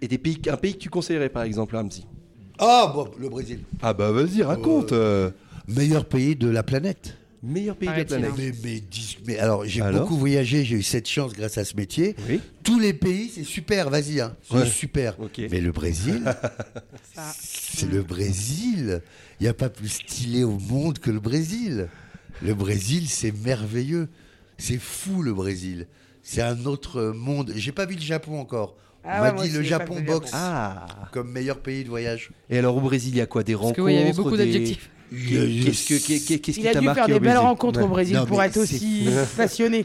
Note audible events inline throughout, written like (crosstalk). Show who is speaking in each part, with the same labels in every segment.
Speaker 1: Et des pays, un pays que tu conseillerais par exemple à un petit
Speaker 2: Ah, bon, le Brésil.
Speaker 1: Ah bah vas-y, raconte euh,
Speaker 2: Meilleur pays de la planète.
Speaker 1: Meilleur pays de la
Speaker 3: Paraît-il, hein.
Speaker 1: planète.
Speaker 2: Mais, mais dis- mais alors, j'ai
Speaker 1: Alors
Speaker 2: beaucoup voyagé, j'ai eu cette chance grâce à ce métier.
Speaker 1: Oui.
Speaker 2: Tous les pays, c'est super, vas-y, hein, c'est
Speaker 1: Ouais.
Speaker 2: super.
Speaker 1: Ok.
Speaker 2: Mais
Speaker 1: (laughs)
Speaker 2: le Brésil,
Speaker 3: Ça. mm.
Speaker 2: c'est le Brésil. Il n'y a pas plus stylé au monde que le Brésil. Le Brésil, c'est merveilleux. C'est fou, le Brésil. C'est un autre monde. J'ai pas vu le Japon encore.
Speaker 3: Ah
Speaker 2: On
Speaker 3: ouais,
Speaker 2: m'a
Speaker 3: moi
Speaker 2: dit
Speaker 3: aussi,
Speaker 2: le
Speaker 3: j'ai pas
Speaker 2: Japon
Speaker 3: vu le
Speaker 2: boxe
Speaker 1: Ah
Speaker 2: comme meilleur pays de voyage.
Speaker 1: Et alors au Brésil, il y a quoi Des
Speaker 3: Parce
Speaker 1: rencontres
Speaker 3: que oui, il y avait beaucoup
Speaker 1: des-
Speaker 3: d'adjectifs.
Speaker 1: Qu'est-ce que- qu'est- qu'est-ce qui
Speaker 3: Il a
Speaker 1: t'a
Speaker 3: dû
Speaker 1: marqué
Speaker 3: faire
Speaker 1: au
Speaker 3: des belles
Speaker 1: Brésil
Speaker 3: rencontres au Brésil
Speaker 2: Non,
Speaker 3: pour
Speaker 2: mais
Speaker 3: être
Speaker 2: c'est-
Speaker 3: aussi
Speaker 4: (laughs)
Speaker 3: (laughs) passionné.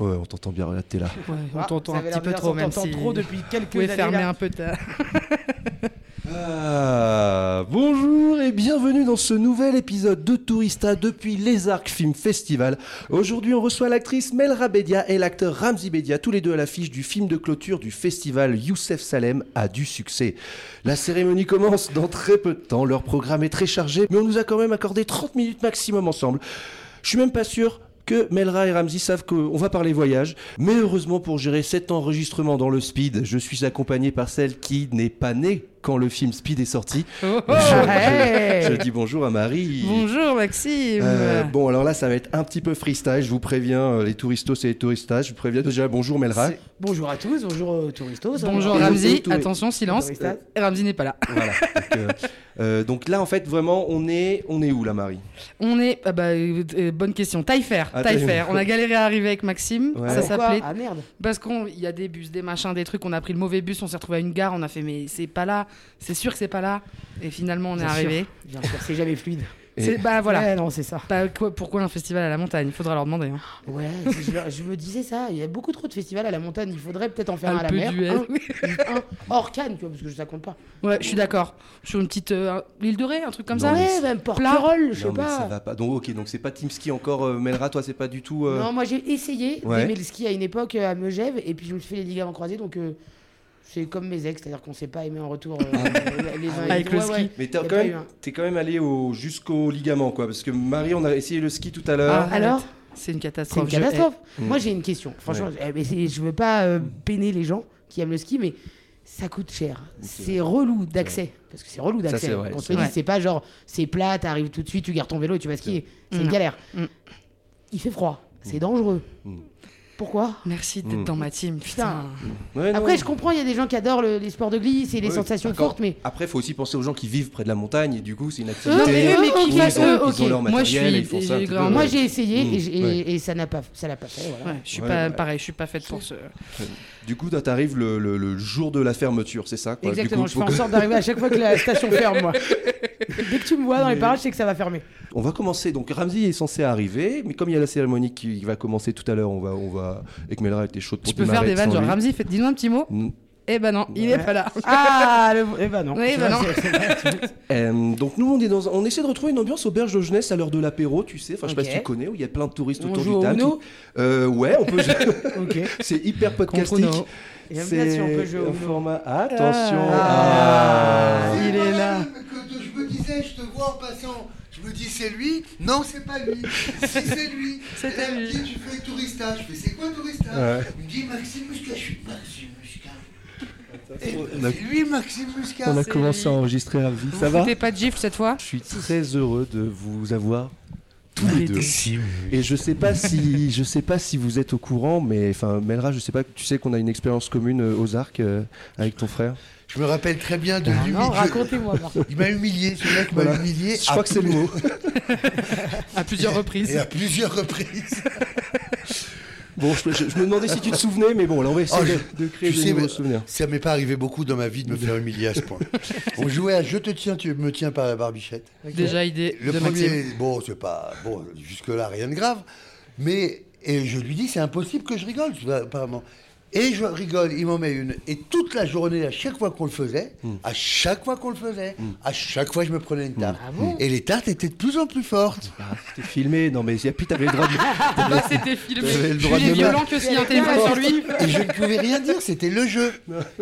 Speaker 1: Ouais, on t'entend bien, regarde, t'es là.
Speaker 3: Ouais, on
Speaker 4: Ah,
Speaker 3: t'entend
Speaker 4: ça
Speaker 3: un
Speaker 4: avait
Speaker 3: petit
Speaker 4: l'air
Speaker 3: peu
Speaker 4: bizarre,
Speaker 3: trop,
Speaker 4: on
Speaker 3: même
Speaker 4: t'entend
Speaker 3: si.
Speaker 4: trop depuis quelques
Speaker 3: pouvez
Speaker 4: années.
Speaker 3: fermer
Speaker 4: là.
Speaker 3: un peu ta.
Speaker 1: Ah, bonjour et bienvenue dans ce nouvel épisode de Tourista depuis les Arcs Film Festival. Aujourd'hui, on reçoit l'actrice Mel Rabedia et l'acteur Ramzi Bedia, tous les deux à l'affiche du film de clôture du festival Youssef Salem a du succès. La cérémonie commence dans très peu de temps, leur programme est très chargé, mais on nous a quand même accordé 30 minutes maximum ensemble. Je suis même pas sûr que Melra et Ramzi savent qu'on va parler voyage, mais heureusement pour gérer cet enregistrement dans le speed, je suis accompagné par celle qui n'est pas née quand le film Speed est sorti.
Speaker 3: Oh,
Speaker 1: Je-
Speaker 3: hey
Speaker 1: Je dis bonjour à Marie.
Speaker 3: Bonjour Maxime.
Speaker 1: Euh, bon alors là ça va être un petit peu freestyle, je vous préviens euh, les touristos et les touristas, je vous préviens déjà bonjour Melra.
Speaker 4: C'est- Bonjour à tous, bonjour aux touristos.
Speaker 3: Bonjour
Speaker 1: Et-
Speaker 3: Ramzi.
Speaker 1: et- et-
Speaker 3: Attention, silence.
Speaker 4: Tourista.
Speaker 3: Ramzi n'est pas là.
Speaker 1: Voilà. Donc, euh, euh, donc là en fait vraiment on est on est où là Marie
Speaker 3: On est. ah bah, euh, euh, bonne question. Taillefer.
Speaker 1: Ah,
Speaker 3: Taillefer. On a galéré à arriver avec Maxime.
Speaker 1: Ouais.
Speaker 3: Ça
Speaker 4: Pourquoi
Speaker 3: s'appelait.
Speaker 4: Ah merde.
Speaker 3: Parce qu'il y a des bus, des machins, des trucs. On a pris le mauvais bus. On s'est retrouvé à une gare. On a fait, mais c'est pas là. C'est sûr que c'est pas là. Et finalement, on est
Speaker 4: Bien sûr.
Speaker 3: arrivé.
Speaker 4: Bien sûr, c'est jamais (laughs) fluide.
Speaker 1: Et-
Speaker 3: C'est- Bah voilà.
Speaker 4: Ouais, non, c'est ça.
Speaker 3: Bah, quoi- pourquoi un festival à la montagne Faudra leur demander. Hein.
Speaker 4: Ouais, je, leur- je me disais ça. Il y a beaucoup trop de festivals à la montagne. Il faudrait peut-être en faire un à la
Speaker 3: Alpe
Speaker 4: mer.
Speaker 3: d'Huez.
Speaker 4: Un, un hors Cannes, tu vois, parce que ça compte pas.
Speaker 3: Ouais, je suis d'accord. Sur une petite. euh, l'île de Ré, un truc comme
Speaker 1: Non,
Speaker 3: ça
Speaker 1: mais
Speaker 4: ouais,
Speaker 1: c'est-
Speaker 4: même Porquerolles, je
Speaker 1: Non,
Speaker 4: sais
Speaker 1: mais ça
Speaker 4: pas.
Speaker 1: va pas. Donc ok donc c'est pas Timski encore euh, Melra toi c'est pas du tout euh,
Speaker 4: Non, moi j'ai essayé
Speaker 1: Ouais.
Speaker 4: d'aimer le ski à une époque euh, à Megève, et puis je me suis fait les ligaments croisés, donc euh, c'est comme mes ex, c'est-à-dire qu'on s'est pas aimé en retour euh, les uns et les
Speaker 3: Avec
Speaker 4: autres.
Speaker 3: le
Speaker 4: Ouais,
Speaker 3: ski.
Speaker 4: ouais.
Speaker 1: Mais t'as
Speaker 4: Y a
Speaker 1: quand
Speaker 4: pas
Speaker 1: même-
Speaker 4: eu hein. un.
Speaker 1: t'es quand même allé au, jusqu'au ligament, quoi. Parce que Marie, on a essayé le ski tout à l'heure.
Speaker 3: Ah.
Speaker 4: Alors
Speaker 3: C'est une
Speaker 4: C'est
Speaker 3: catastrophe.
Speaker 4: une
Speaker 3: je eh, hais.
Speaker 4: catastrophe. Moi, j'ai une question. Franchement, eh, mais c'est- je veux pas euh, peiner les gens qui aiment le ski, mais ça coûte cher. C'est relou d'accès. Parce que c'est relou
Speaker 1: Ça,
Speaker 4: d'accès.
Speaker 1: c'est vrai,
Speaker 4: On se
Speaker 1: c'est
Speaker 4: le dit,
Speaker 3: vrai.
Speaker 4: c'est pas genre, c'est plat, t'arrives tout de suite, tu gardes ton vélo et tu vas skier. C'est une galère.
Speaker 3: Mm.
Speaker 4: Il fait froid. C'est dangereux. Pourquoi
Speaker 3: Merci d'être dans ma team. Putain.
Speaker 1: Ouais, non.
Speaker 4: Après, je comprends, il y a des gens qui adorent le- les sports de glisse et les
Speaker 1: Ouais,
Speaker 4: sensations
Speaker 1: d'accord.
Speaker 4: fortes, mais.
Speaker 1: Après, faut aussi penser aux gens qui vivent près de la montagne et du coup, c'est une
Speaker 4: Eux,
Speaker 1: activité.
Speaker 4: mais eux,
Speaker 3: mais qui
Speaker 4: ok,
Speaker 1: ils, ont,
Speaker 4: eux,
Speaker 1: ils ont
Speaker 4: ok.
Speaker 1: leur
Speaker 3: Moi, je
Speaker 1: matériel et
Speaker 3: suis-
Speaker 1: ils font ça. un
Speaker 3: j'ai
Speaker 1: petit
Speaker 3: grand-
Speaker 1: peu.
Speaker 4: Moi, j'ai essayé et,
Speaker 1: Mm.
Speaker 4: j'ai-
Speaker 1: Ouais.
Speaker 4: et ça n'a pas, ça l'a pas fait. voilà.
Speaker 3: Ouais, je suis
Speaker 1: Ouais,
Speaker 3: pas
Speaker 1: bah.
Speaker 3: pareil, je suis pas faite pour ce.
Speaker 1: Du coup, toi, t'arrives le, le- le jour de la fermeture, c'est ça quoi. Du
Speaker 4: Exactement,
Speaker 1: coup,
Speaker 4: je
Speaker 1: faut
Speaker 4: fais en
Speaker 1: que-
Speaker 4: sorte d'arriver à chaque fois que la station ferme, moi. (laughs) Dès que tu me vois dans les parages, je sais que ça va (laughs) fermer.
Speaker 1: On va commencer. Donc, Ramsey est censé arriver, mais comme il y a la cérémonie qui va commencer tout à l'heure, on va, on va. Et que Melra était chaude pour
Speaker 3: Tu peux faire
Speaker 1: démarrer
Speaker 3: des vannes
Speaker 1: sans
Speaker 3: genre
Speaker 1: lui.
Speaker 3: Ramzi, faites- dis-nous un petit mot.
Speaker 1: Mm.
Speaker 3: Eh ben non, il est pas là.
Speaker 4: Ah, le... eh ben non.
Speaker 3: Oui, bah non.
Speaker 1: Euh, donc nous on est dans on essaie de retrouver une ambiance auberge de jeunesse à l'heure de l'apéro tu sais enfin je sais pas
Speaker 4: Ok.
Speaker 1: si tu connais où il y a plein de touristes
Speaker 4: On
Speaker 1: autour
Speaker 4: joue au
Speaker 1: du table
Speaker 4: Uno
Speaker 1: qui- Euh, ouais on peut
Speaker 4: (laughs) Ok.
Speaker 1: c'est hyper
Speaker 3: Contre
Speaker 1: podcastique
Speaker 3: Uno.
Speaker 4: J'aime bien si on peut jouer au
Speaker 1: un
Speaker 4: Uno.
Speaker 1: format attention
Speaker 3: Ah.
Speaker 1: Ah.
Speaker 3: Il est là.
Speaker 2: Que je me disais, je te vois en passant. Je me dis, c'est lui. Non, c'est pas lui. Si c'est
Speaker 1: (laughs)
Speaker 2: lui.
Speaker 3: C'était
Speaker 2: Elle me
Speaker 3: lui.
Speaker 2: dit, tu fais tourista. Je fais, c'est quoi tourista
Speaker 1: Ouais.
Speaker 2: Il me dit, Maxime Muscat. Je suis Maxime Muscat. Et C'est lui, Maxime Muscat.
Speaker 1: on a
Speaker 3: C'est
Speaker 1: commencé à
Speaker 3: lui.
Speaker 1: enregistrer un vie ça
Speaker 3: Vous
Speaker 1: va
Speaker 3: foutez pas de gifle cette fois
Speaker 1: je suis très heureux de vous avoir tous les deux. Et je sais pas si je sais pas si vous êtes au courant, mais enfin Melra, je sais pas. Tu sais qu'on a une expérience commune euh, aux arcs euh, avec ton frère.
Speaker 2: Je me rappelle très bien
Speaker 4: Ah
Speaker 2: de lui.
Speaker 3: Non,
Speaker 2: je-
Speaker 3: racontez-moi.
Speaker 4: (laughs)
Speaker 3: Marc.
Speaker 2: Il m'a humilié, ce mec m'a
Speaker 1: Voilà.
Speaker 2: humilié.
Speaker 1: Je crois
Speaker 2: à
Speaker 1: que c'est le mot.
Speaker 2: (laughs)
Speaker 3: À plusieurs
Speaker 2: Et
Speaker 3: reprises.
Speaker 2: à plusieurs reprises.
Speaker 1: Bon, je, je- je me demandais si tu te souvenais, mais bon, là on va essayer
Speaker 2: (laughs) Oh, je-
Speaker 1: de, de créer
Speaker 2: tu
Speaker 1: des
Speaker 2: sais,
Speaker 1: nouveaux
Speaker 2: mais
Speaker 1: souvenirs.
Speaker 2: Ça m'est pas arrivé beaucoup dans ma vie de me faire humilier à
Speaker 1: (laughs)
Speaker 2: ce point. On jouait à Je te tiens, tu me tiens par la barbichette.
Speaker 3: Déjà idée
Speaker 2: Le
Speaker 3: de
Speaker 2: premier,
Speaker 3: Maxime.
Speaker 2: bon, c'est pas. Bon, jusque-là, rien de grave. Mais et je lui dis, c'est impossible que je rigole, tu vois, apparemment. Et je rigole, il m'en met une. Et toute la journée, à chaque fois qu'on le faisait,
Speaker 1: Hmm.
Speaker 2: à chaque fois qu'on le faisait, à chaque fois, je me prenais une tarte.
Speaker 1: Ah
Speaker 2: et les tartes étaient de plus en plus fortes.
Speaker 1: C'était filmé, non mais il y a plus t'avais le droit de.
Speaker 3: Bah, c'était filmé.
Speaker 1: J'avais le
Speaker 3: Plus
Speaker 1: droit
Speaker 3: il
Speaker 1: de
Speaker 3: est
Speaker 1: me
Speaker 3: violent que s'il y a un téléphone sur lui.
Speaker 2: Et je ne pouvais rien dire, c'était le jeu.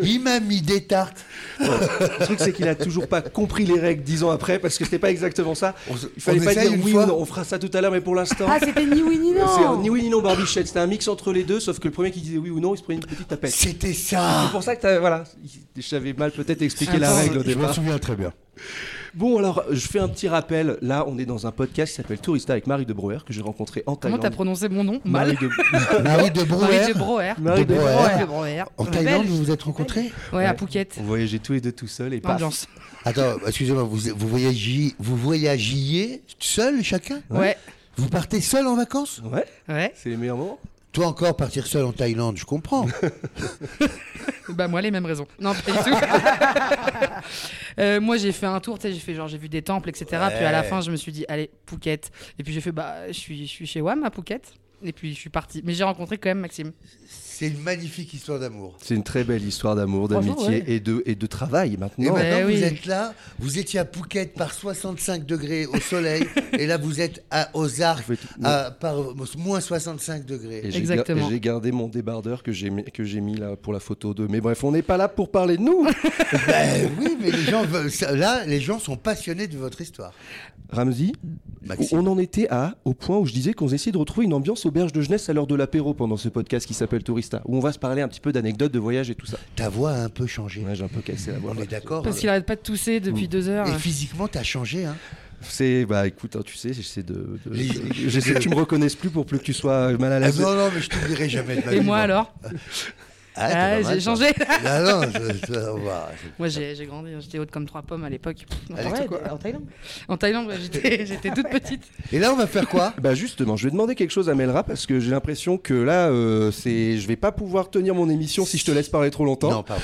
Speaker 2: Il m'a mis des tartes.
Speaker 1: Le truc c'est qu'il a toujours pas compris les règles dix ans après parce que c'était pas exactement ça.
Speaker 2: On se-
Speaker 1: Il fallait
Speaker 2: on
Speaker 1: pas
Speaker 2: essaye
Speaker 1: dire
Speaker 2: une
Speaker 1: oui
Speaker 2: fois.
Speaker 1: ou non. On fera ça tout à l'heure, mais pour l'instant.
Speaker 4: Ah, c'était ni oui ni
Speaker 1: C'est un
Speaker 4: non.
Speaker 1: ni oui ni non Barbichette, c'était un mix entre les deux, sauf que le premier qui disait oui ou non, il se prenait une petite tapette. C'est
Speaker 2: C'était ça.
Speaker 1: pour ça que t'as- voilà, il- j'avais mal peut-être expliqué la
Speaker 3: Attends,
Speaker 1: règle au
Speaker 5: Je m'en
Speaker 1: départ.
Speaker 5: souviens très bien.
Speaker 1: Bon alors, je fais un petit rappel. Là, on est dans un podcast qui s'appelle Tourista avec Marie de Brouwer que j'ai rencontré en
Speaker 3: Comment
Speaker 1: Thaïlande.
Speaker 3: t'as prononcé mon nom Mal.
Speaker 1: Marie de
Speaker 2: Marie de
Speaker 3: Marie
Speaker 2: Brouwer.
Speaker 3: de Brouwer.
Speaker 1: Marie de
Speaker 2: Brouwer.
Speaker 3: Marie de Brouwer.
Speaker 2: En
Speaker 3: Belle.
Speaker 2: Thaïlande, vous vous êtes rencontrés
Speaker 3: Ouais, à Phuket.
Speaker 1: On voyageait tous les deux tout seuls et paf.
Speaker 3: Ambiance.
Speaker 2: Attends, excusez-moi, vous, vous, voyagiez, vous voyagiez seul chacun
Speaker 3: Ouais.
Speaker 2: Vous partez seul en vacances
Speaker 1: Ouais,
Speaker 3: Ouais.
Speaker 1: c'est les meilleurs moments.
Speaker 2: Toi encore, partir seul en Thaïlande, je comprends. (laughs)
Speaker 3: Bah moi les mêmes raisons. Non pas du tout. Euh, moi j'ai fait un tour, tu sais, j'ai fait genre j'ai vu des temples etc. Puis à la
Speaker 2: Ouais.
Speaker 3: fin je me suis dit allez Phuket. Et puis j'ai fait bah je suis je suis chez Wam à Phuket. Et puis je suis parti. Mais j'ai rencontré quand même Maxime.
Speaker 2: C'est une magnifique histoire d'amour.
Speaker 1: C'est une très belle histoire d'amour,
Speaker 3: Franchement,
Speaker 1: d'amitié
Speaker 3: ouais.
Speaker 1: et, de, et de travail
Speaker 2: Et
Speaker 1: maintenant.
Speaker 3: Ouais.
Speaker 2: maintenant,
Speaker 3: Eh oui.
Speaker 2: vous êtes là, vous étiez à Phuket par 65 degrés au soleil, et là, vous êtes à, aux Arcs
Speaker 1: Vous faites-
Speaker 2: à- par euh, moins 65 degrés.
Speaker 1: Et j'ai gar-
Speaker 3: Exactement.
Speaker 1: et j'ai gardé mon débardeur que j'ai mis, que j'ai mis là pour la photo de. Mais bref, on n'est pas là pour parler de
Speaker 3: (laughs)
Speaker 1: nous.
Speaker 2: Ben oui, mais les gens veulent, ça- là, les gens sont passionnés de votre histoire.
Speaker 1: Ramsey,
Speaker 2: Maxime.
Speaker 1: on en était à au point où je disais qu'on essayait de retrouver une ambiance auberge de jeunesse à l'heure de l'apéro pendant ce podcast qui s'appelle Tourista, où on va se parler un petit peu d'anecdotes, de voyage et tout ça.
Speaker 2: Ta voix a un peu changé.
Speaker 1: Ouais, j'ai un peu cassé la voix.
Speaker 2: On est d'accord hein.
Speaker 3: Parce qu'il arrête pas de tousser depuis deux heures.
Speaker 2: Et physiquement, t'as changé, hein
Speaker 1: C'est bah écoute, hein, tu sais, j'essaie de, de-
Speaker 2: Les-
Speaker 1: de- j'essaie que tu me reconnaisses plus pour plus que tu sois mal à
Speaker 2: Ah
Speaker 1: l'aise.
Speaker 2: non, non, mais je t'oublierai jamais de ma
Speaker 3: Et
Speaker 2: vie,
Speaker 3: moi alors
Speaker 2: Ah, t'es
Speaker 3: Ah,
Speaker 2: pas mal,
Speaker 3: J'ai
Speaker 2: toi.
Speaker 3: changé. (laughs)
Speaker 2: Ah non, je- je- on va-
Speaker 3: Moi j'ai j'ai grandi, j'étais haute comme trois pommes à l'époque. Pff,
Speaker 2: Allez,
Speaker 4: Ouais,
Speaker 2: c'est quoi
Speaker 4: en Thaïlande.
Speaker 3: En Thaïlande ouais, j'étais j'étais toute petite.
Speaker 2: Et là, on va faire quoi
Speaker 1: Bah justement, je vais demander quelque chose à Melra parce que j'ai l'impression que là, euh, c'est, je vais pas pouvoir tenir mon émission si je te laisse parler trop longtemps.
Speaker 2: Non, pardon.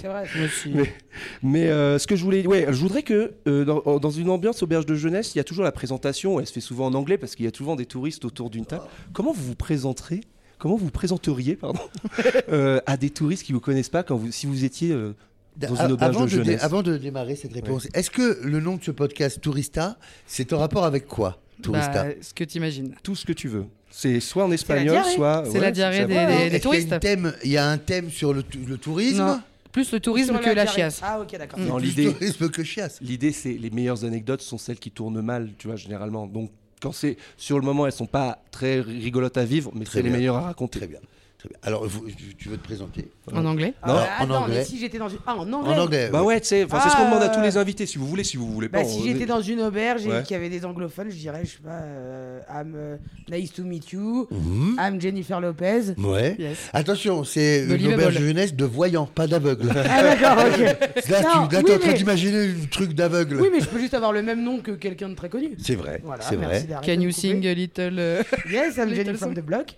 Speaker 4: C'est vrai.
Speaker 1: Mais, mais, euh, ce que je voulais, ouais, je voudrais que euh, dans, dans une ambiance auberge de jeunesse, il y a toujours la présentation. Elle se fait souvent en anglais parce qu'il y a souvent des touristes autour d'une table. Comment vous vous présenterez Comment vous vous présenteriez, pardon, (laughs) euh, à des touristes qui vous connaissent pas quand vous, si vous étiez euh, dans
Speaker 2: A-
Speaker 1: une auberge
Speaker 2: avant,
Speaker 1: de
Speaker 2: de dé-
Speaker 1: jeunesse
Speaker 2: avant de démarrer cette réponse, est-ce que le nom de ce podcast Tourista, c'est en rapport avec quoi Tourista
Speaker 3: Bah, ce que t'imagines.
Speaker 1: Tout ce que tu veux. C'est soit en espagnol,
Speaker 4: diarrhée.
Speaker 1: soit.
Speaker 3: C'est la diarrhée
Speaker 1: Ah ça
Speaker 3: des-
Speaker 1: va.
Speaker 3: des-
Speaker 2: Est-ce qu'il y a
Speaker 3: touristes
Speaker 2: une hein. thème- Il y a un thème sur le, tu- le tourisme
Speaker 3: Non. Plus le tourisme que la chiasse.
Speaker 4: Ah, ok, d'accord.
Speaker 1: Non,
Speaker 2: Plus
Speaker 1: l'idée.
Speaker 2: tourisme que chiasse.
Speaker 1: L'idée, c'est les meilleures anecdotes sont celles qui tournent mal, tu vois, généralement. Donc, quand c'est sur le moment, elles sont pas très rigolotes à vivre, mais
Speaker 2: Très
Speaker 1: c'est les
Speaker 2: bien.
Speaker 1: meilleures à raconter.
Speaker 2: Très bien. Très bien. Alors, vous- tu tu veux te présenter
Speaker 3: En anglais
Speaker 4: Ah,
Speaker 2: Non,
Speaker 4: bah,
Speaker 2: en
Speaker 4: attends, mais
Speaker 2: anglais.
Speaker 4: si j'étais dans une. Ah, en anglais.
Speaker 2: En anglais.
Speaker 1: Bah
Speaker 2: oui.
Speaker 1: ouais, tu sais, enfin, c'est ce qu'on
Speaker 4: Ah,
Speaker 1: demande à tous
Speaker 4: ouais.
Speaker 1: les invités. Si vous voulez, si vous voulez pas.
Speaker 4: Bah, si
Speaker 1: on-
Speaker 4: j'étais dans une auberge
Speaker 1: Ouais.
Speaker 4: et qu'il y avait des anglophones, je dirais, je sais pas, euh, I'm euh, nice to meet you,
Speaker 1: Mhm.
Speaker 4: I'm
Speaker 1: (laughs)
Speaker 4: Jennifer Lopez.
Speaker 2: Ouais.
Speaker 3: Yes.
Speaker 2: Attention, c'est
Speaker 3: De
Speaker 2: une
Speaker 3: livable.
Speaker 2: auberge de jeunesse de voyants, pas
Speaker 4: (laughs)
Speaker 2: d'aveugle. là,
Speaker 4: Ah, d'accord,
Speaker 1: (laughs)
Speaker 4: ok.
Speaker 2: tu là,
Speaker 4: Non,
Speaker 2: t'es
Speaker 4: oui,
Speaker 2: en train
Speaker 4: mais-
Speaker 2: d'imaginer un truc d'aveugle.
Speaker 4: Oui, mais je peux juste avoir le même nom que quelqu'un de très connu.
Speaker 2: C'est vrai,
Speaker 4: Voilà,
Speaker 2: c'est
Speaker 4: merci
Speaker 2: vrai.
Speaker 4: d'arrêter
Speaker 3: Can
Speaker 4: de
Speaker 3: you
Speaker 4: couper.
Speaker 3: sing a little euh,
Speaker 4: Yes, I'm
Speaker 3: Little
Speaker 4: Jenny from
Speaker 3: song.
Speaker 4: the block.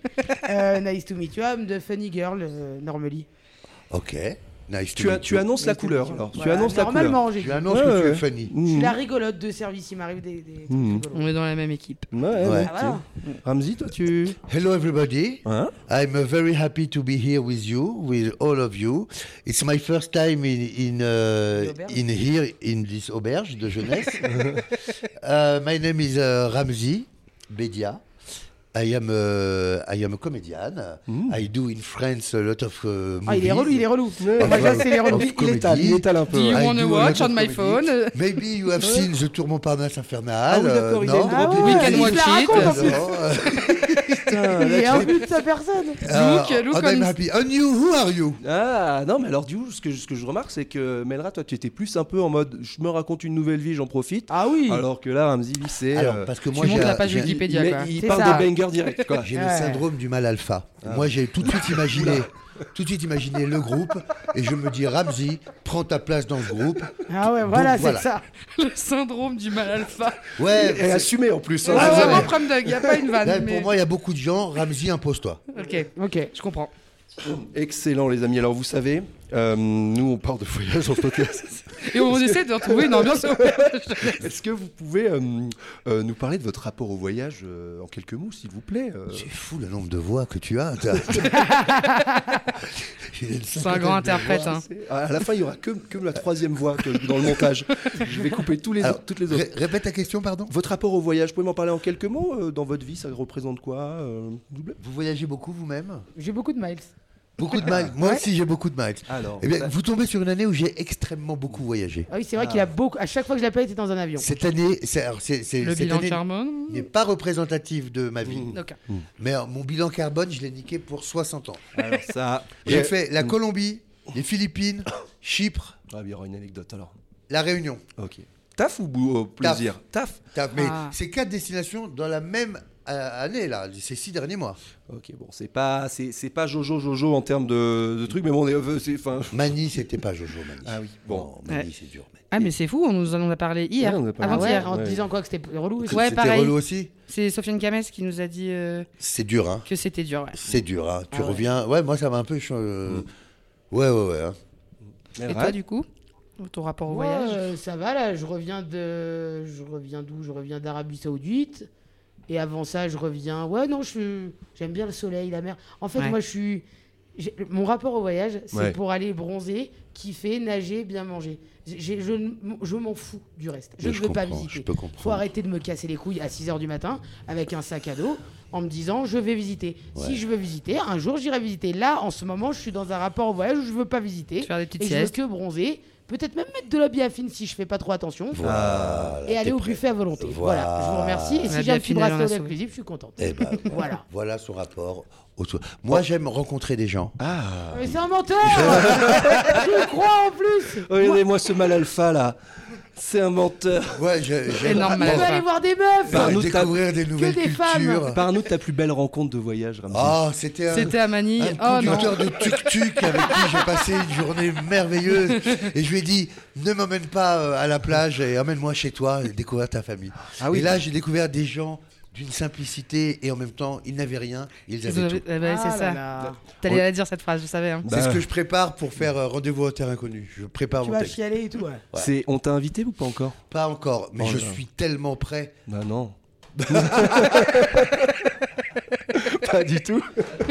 Speaker 4: Euh, nice to meet you, I'm the funny girl, euh, Normally.
Speaker 2: Ok. Nice to
Speaker 1: Tu, as-
Speaker 2: meet
Speaker 1: tu
Speaker 2: you.
Speaker 1: annonces la couleur, alors. Tu
Speaker 4: Voilà,
Speaker 1: annonces la couleur.
Speaker 4: Normalement, j'ai
Speaker 2: Tu
Speaker 4: dit.
Speaker 2: annonces
Speaker 1: Ouais,
Speaker 2: que tu
Speaker 1: ouais.
Speaker 2: es funny.
Speaker 4: Je suis
Speaker 1: Mmh.
Speaker 4: la rigolote de service, il m'arrive des, des trucs
Speaker 1: Mm.
Speaker 4: rigolos.
Speaker 3: On est dans la même équipe.
Speaker 1: Ouais, ouais,
Speaker 2: Ouais.
Speaker 4: Ah, voilà.
Speaker 1: Ramzi, toi, tu.
Speaker 2: Hello everybody.
Speaker 1: Hein
Speaker 2: I'm uh, very happy to be here with you, with all of you. It's my first time in in uh,
Speaker 4: L'auberge.
Speaker 2: in here in this auberge de jeunesse.
Speaker 1: (laughs)
Speaker 2: uh, my name is uh, Ramzi Bedia. I am a, I am a comedian.
Speaker 1: Hmm.
Speaker 2: I do in France a lot of uh, movies.
Speaker 4: Ah, il est relou, il est relou. Ah, bah, ça, c'est les relous.
Speaker 2: Of
Speaker 1: Il
Speaker 2: comedy.
Speaker 1: étale, il étale un peu. ouais.
Speaker 3: Dis- You
Speaker 2: I
Speaker 4: hein.
Speaker 3: wanna
Speaker 2: do a lot
Speaker 3: watch
Speaker 2: of
Speaker 3: on my
Speaker 2: comedy.
Speaker 3: phone? (laughs)
Speaker 2: Maybe you
Speaker 1: (laughs)
Speaker 2: have seen The Tour Montparnasse Infernal.
Speaker 1: Ah oui, d'accord,
Speaker 2: euh,
Speaker 1: il a
Speaker 2: non
Speaker 1: une drôle
Speaker 4: Ah
Speaker 1: de-
Speaker 4: ouais,
Speaker 3: We can
Speaker 4: il
Speaker 3: watch
Speaker 4: la
Speaker 3: it.
Speaker 4: raconte en
Speaker 2: Non,
Speaker 4: plus.
Speaker 2: euh,
Speaker 1: putain.
Speaker 4: Il
Speaker 1: là,
Speaker 4: est
Speaker 1: tu-
Speaker 4: un but sa personne.
Speaker 3: Look,
Speaker 2: Euh,
Speaker 3: look
Speaker 2: on
Speaker 3: on-
Speaker 2: I'm happy. On you, who are you
Speaker 1: Ah non mais alors du coup ce que, ce que je remarque c'est que Melra toi tu étais plus un peu en mode je me raconte une nouvelle vie j'en profite
Speaker 4: Ah oui.
Speaker 1: alors que là Ramzi lui, c'est
Speaker 2: Alors,
Speaker 1: euh,
Speaker 2: parce que
Speaker 3: Tu
Speaker 2: moi,
Speaker 3: montes
Speaker 2: j'ai
Speaker 3: la page
Speaker 2: j'ai-
Speaker 1: il,
Speaker 3: Wikipédia,
Speaker 1: il-
Speaker 3: quoi.
Speaker 1: il
Speaker 4: C'est
Speaker 1: parle
Speaker 4: ça.
Speaker 1: de banger direct quoi.
Speaker 2: J'ai le
Speaker 4: Ouais.
Speaker 2: syndrome du mal alpha. Moi, j'ai tout de (laughs) suite imaginé, tout de suite imaginé le groupe, et je me dis, Ramzi, prends ta place dans ce groupe.
Speaker 4: Ah ouais,
Speaker 2: Donc,
Speaker 4: voilà, c'est
Speaker 2: voilà.
Speaker 4: ça.
Speaker 3: Le syndrome du mal alpha.
Speaker 2: Ouais.
Speaker 1: (laughs) Et assumé en plus. hein,
Speaker 3: Ah,
Speaker 1: Ramzi.
Speaker 3: vraiment, Prom Dog, il n'y a pas une vanne.
Speaker 2: Là,
Speaker 3: mais-
Speaker 2: pour moi, il y a beaucoup de gens. Ramzi, impose-toi.
Speaker 3: Ok,
Speaker 4: Ok.
Speaker 3: je comprends.
Speaker 1: Excellent les amis alors vous savez euh, nous on part de voyage en podcast.
Speaker 3: Et on essaie de retrouver une ambiance.
Speaker 1: (laughs) Est-ce que vous pouvez euh, euh, nous parler de votre rapport au voyage euh, en quelques mots s'il vous plaît euh,
Speaker 2: C'est fou le nombre de voix que tu as. (laughs)
Speaker 3: C'est un grand interprète. Hein.
Speaker 1: c'est- À la fin, il y aura que, que la troisième voix que je- dans le (laughs) montage. Je vais couper tous les, autres- toutes les autres.
Speaker 2: répète ta question, pardon.
Speaker 1: Votre rapport au voyage, vous pouvez m'en parler en quelques mots euh, Dans votre vie, ça représente quoi euh, s'il vous plaît
Speaker 2: Vous voyagez beaucoup vous-même Ah.
Speaker 4: J'ai beaucoup de miles.
Speaker 2: Beaucoup de miles. Moi aussi, j'ai beaucoup de miles.
Speaker 1: Alors,
Speaker 2: Eh bien, vous tombez sur une année où j'ai extrêmement beaucoup voyagé.
Speaker 4: Ah oui, c'est vrai qu'il a beaucoup. À chaque fois que je l'appelle, il était dans un avion.
Speaker 2: Cette année, c'est, alors, c'est- c'est-
Speaker 3: Le
Speaker 2: cette
Speaker 3: bilan
Speaker 2: année
Speaker 3: Charmant.
Speaker 2: n'est pas représentative de ma vie.
Speaker 4: Hmm.
Speaker 3: Ok.
Speaker 2: Mais alors, mon bilan carbone, je l'ai niqué pour 60 ans.
Speaker 1: alors ça.
Speaker 2: J'ai fait
Speaker 4: hmm.
Speaker 2: la Colombie, les Philippines, Chypre,
Speaker 1: Ah, il y aura une anecdote alors.
Speaker 2: la Réunion.
Speaker 1: Ok. Taf ou bou- euh,
Speaker 2: Taf.
Speaker 1: plaisir Taf.
Speaker 2: T'as- Mais
Speaker 3: Ah.
Speaker 2: ces quatre destinations dans la même euh, année, là, ces six derniers mois.
Speaker 1: Ok, bon, c'est pas, c'est, c'est pas Jojo Jojo en termes de, de trucs, mais bon, on est. euh, c'est, enfin,
Speaker 2: Mani, c'était pas Jojo Mani.
Speaker 1: Ah oui, bon.
Speaker 2: Non, Mani,
Speaker 3: Ouais.
Speaker 2: c'est dur. Mani.
Speaker 3: Ah, mais c'est fou, on nous en a parlé hier.
Speaker 1: Ouais, on en a parlé.
Speaker 4: Ah ouais,
Speaker 3: Avant-hier.
Speaker 4: en te
Speaker 1: Ouais.
Speaker 4: disant quoi que c'était relou. et
Speaker 3: Que-
Speaker 4: tout.
Speaker 3: Ouais,
Speaker 2: c'était
Speaker 3: pareil.
Speaker 2: relou aussi.
Speaker 3: C'est Sofiane Kames qui nous a dit euh,
Speaker 2: C'est dur, hein.
Speaker 3: que c'était dur. ouais.
Speaker 2: C'est dur, hein. Tu
Speaker 4: Ah ouais. Hmm.
Speaker 2: reviens. Ouais, moi, ça m'a un peu. euh, Ouais, ouais, ouais. hein.
Speaker 3: Et toi, du coup Ton rapport au
Speaker 4: Moi,
Speaker 3: voyage
Speaker 4: euh, ça va là, je reviens de je reviens d'où Je reviens d'Arabie Saoudite et avant ça, je reviens Ouais, non, je suis- j'aime bien le soleil, la mer. En fait,
Speaker 3: Ouais.
Speaker 4: moi je suis j'ai- mon rapport au voyage, c'est
Speaker 1: Ouais.
Speaker 4: pour aller bronzer, kiffer, nager, bien manger. J'ai- Je, ne- je m'en fous du reste. Je
Speaker 2: Mais
Speaker 4: ne veux pas
Speaker 2: comprends,
Speaker 4: visiter.
Speaker 2: Je peux comprendre.
Speaker 4: Faut arrêter de me casser les couilles à 6h du matin avec un sac à dos en me disant je vais visiter. Si je veux visiter, un jour j'irai visiter. Là, en ce moment, je suis dans un rapport au voyage où je veux pas visiter.
Speaker 3: Faire des petites
Speaker 4: et je veux
Speaker 3: siestes.
Speaker 4: que bronzer. Peut-être même mettre de la biafine si je fais pas trop attention.
Speaker 2: Voilà,
Speaker 4: et aller
Speaker 2: t'es
Speaker 4: au
Speaker 2: prêt.
Speaker 4: buffet à volonté. Voilà.
Speaker 2: Voilà.
Speaker 4: Je vous remercie. Et
Speaker 3: La
Speaker 4: si j'ai un petit
Speaker 3: biafine, elle en a
Speaker 4: bracelet
Speaker 3: sauvé.
Speaker 4: exclusif, je suis contente.
Speaker 2: Eh ben,
Speaker 4: (laughs) Voilà.
Speaker 2: Voilà son rapport. au soi. Moi,
Speaker 1: Oh.
Speaker 2: j'aime rencontrer des gens.
Speaker 1: Ah.
Speaker 4: Mais c'est un menteur (laughs) Je crois en plus
Speaker 1: Oh, Regardez-moi ce mal alpha là. C'est un menteur.
Speaker 2: Ouais, je- j'aime
Speaker 3: Énorme
Speaker 4: On
Speaker 3: malade.
Speaker 4: peut aller voir des meufs
Speaker 1: Bah,
Speaker 2: Ouais,
Speaker 1: nous,
Speaker 2: découvrir des nouvelles
Speaker 4: des
Speaker 2: cultures.
Speaker 4: femmes.
Speaker 1: Parle-nous de ta plus belle rencontre de voyage, Ramzi.
Speaker 2: Ah, c'était un,
Speaker 3: C'était à Manille.
Speaker 2: un
Speaker 3: Oh non
Speaker 2: conducteur de tuk-tuk avec qui j'ai passé une journée merveilleuse. Et je lui ai dit, ne m'emmène pas euh, à la plage et emmène-moi chez toi et découvrir ta famille.
Speaker 1: Ah oui.
Speaker 2: Et là, j'ai découvert des gens d'une simplicité et en même temps, ils n'avaient rien, ils
Speaker 3: Ils
Speaker 2: avaient
Speaker 3: ont-
Speaker 2: tout.
Speaker 3: Ah bah,
Speaker 4: Ah
Speaker 3: C'est
Speaker 4: là
Speaker 3: ça.
Speaker 4: là.
Speaker 3: T'allais la dire cette phrase, je savais. hein.
Speaker 2: C'est
Speaker 1: Bah.
Speaker 2: ce que je prépare pour faire euh, rendez-vous au terrain inconnu. Je prépare
Speaker 4: Tu
Speaker 2: mon
Speaker 4: vas
Speaker 2: texte.
Speaker 4: chialer et tout. ouais.
Speaker 1: C'est, on t'a invité ou pas encore
Speaker 2: Pas encore, mais
Speaker 1: Oh
Speaker 2: je
Speaker 1: là.
Speaker 2: suis tellement prêt.
Speaker 1: Bah non. (laughs) pas du tout. (laughs)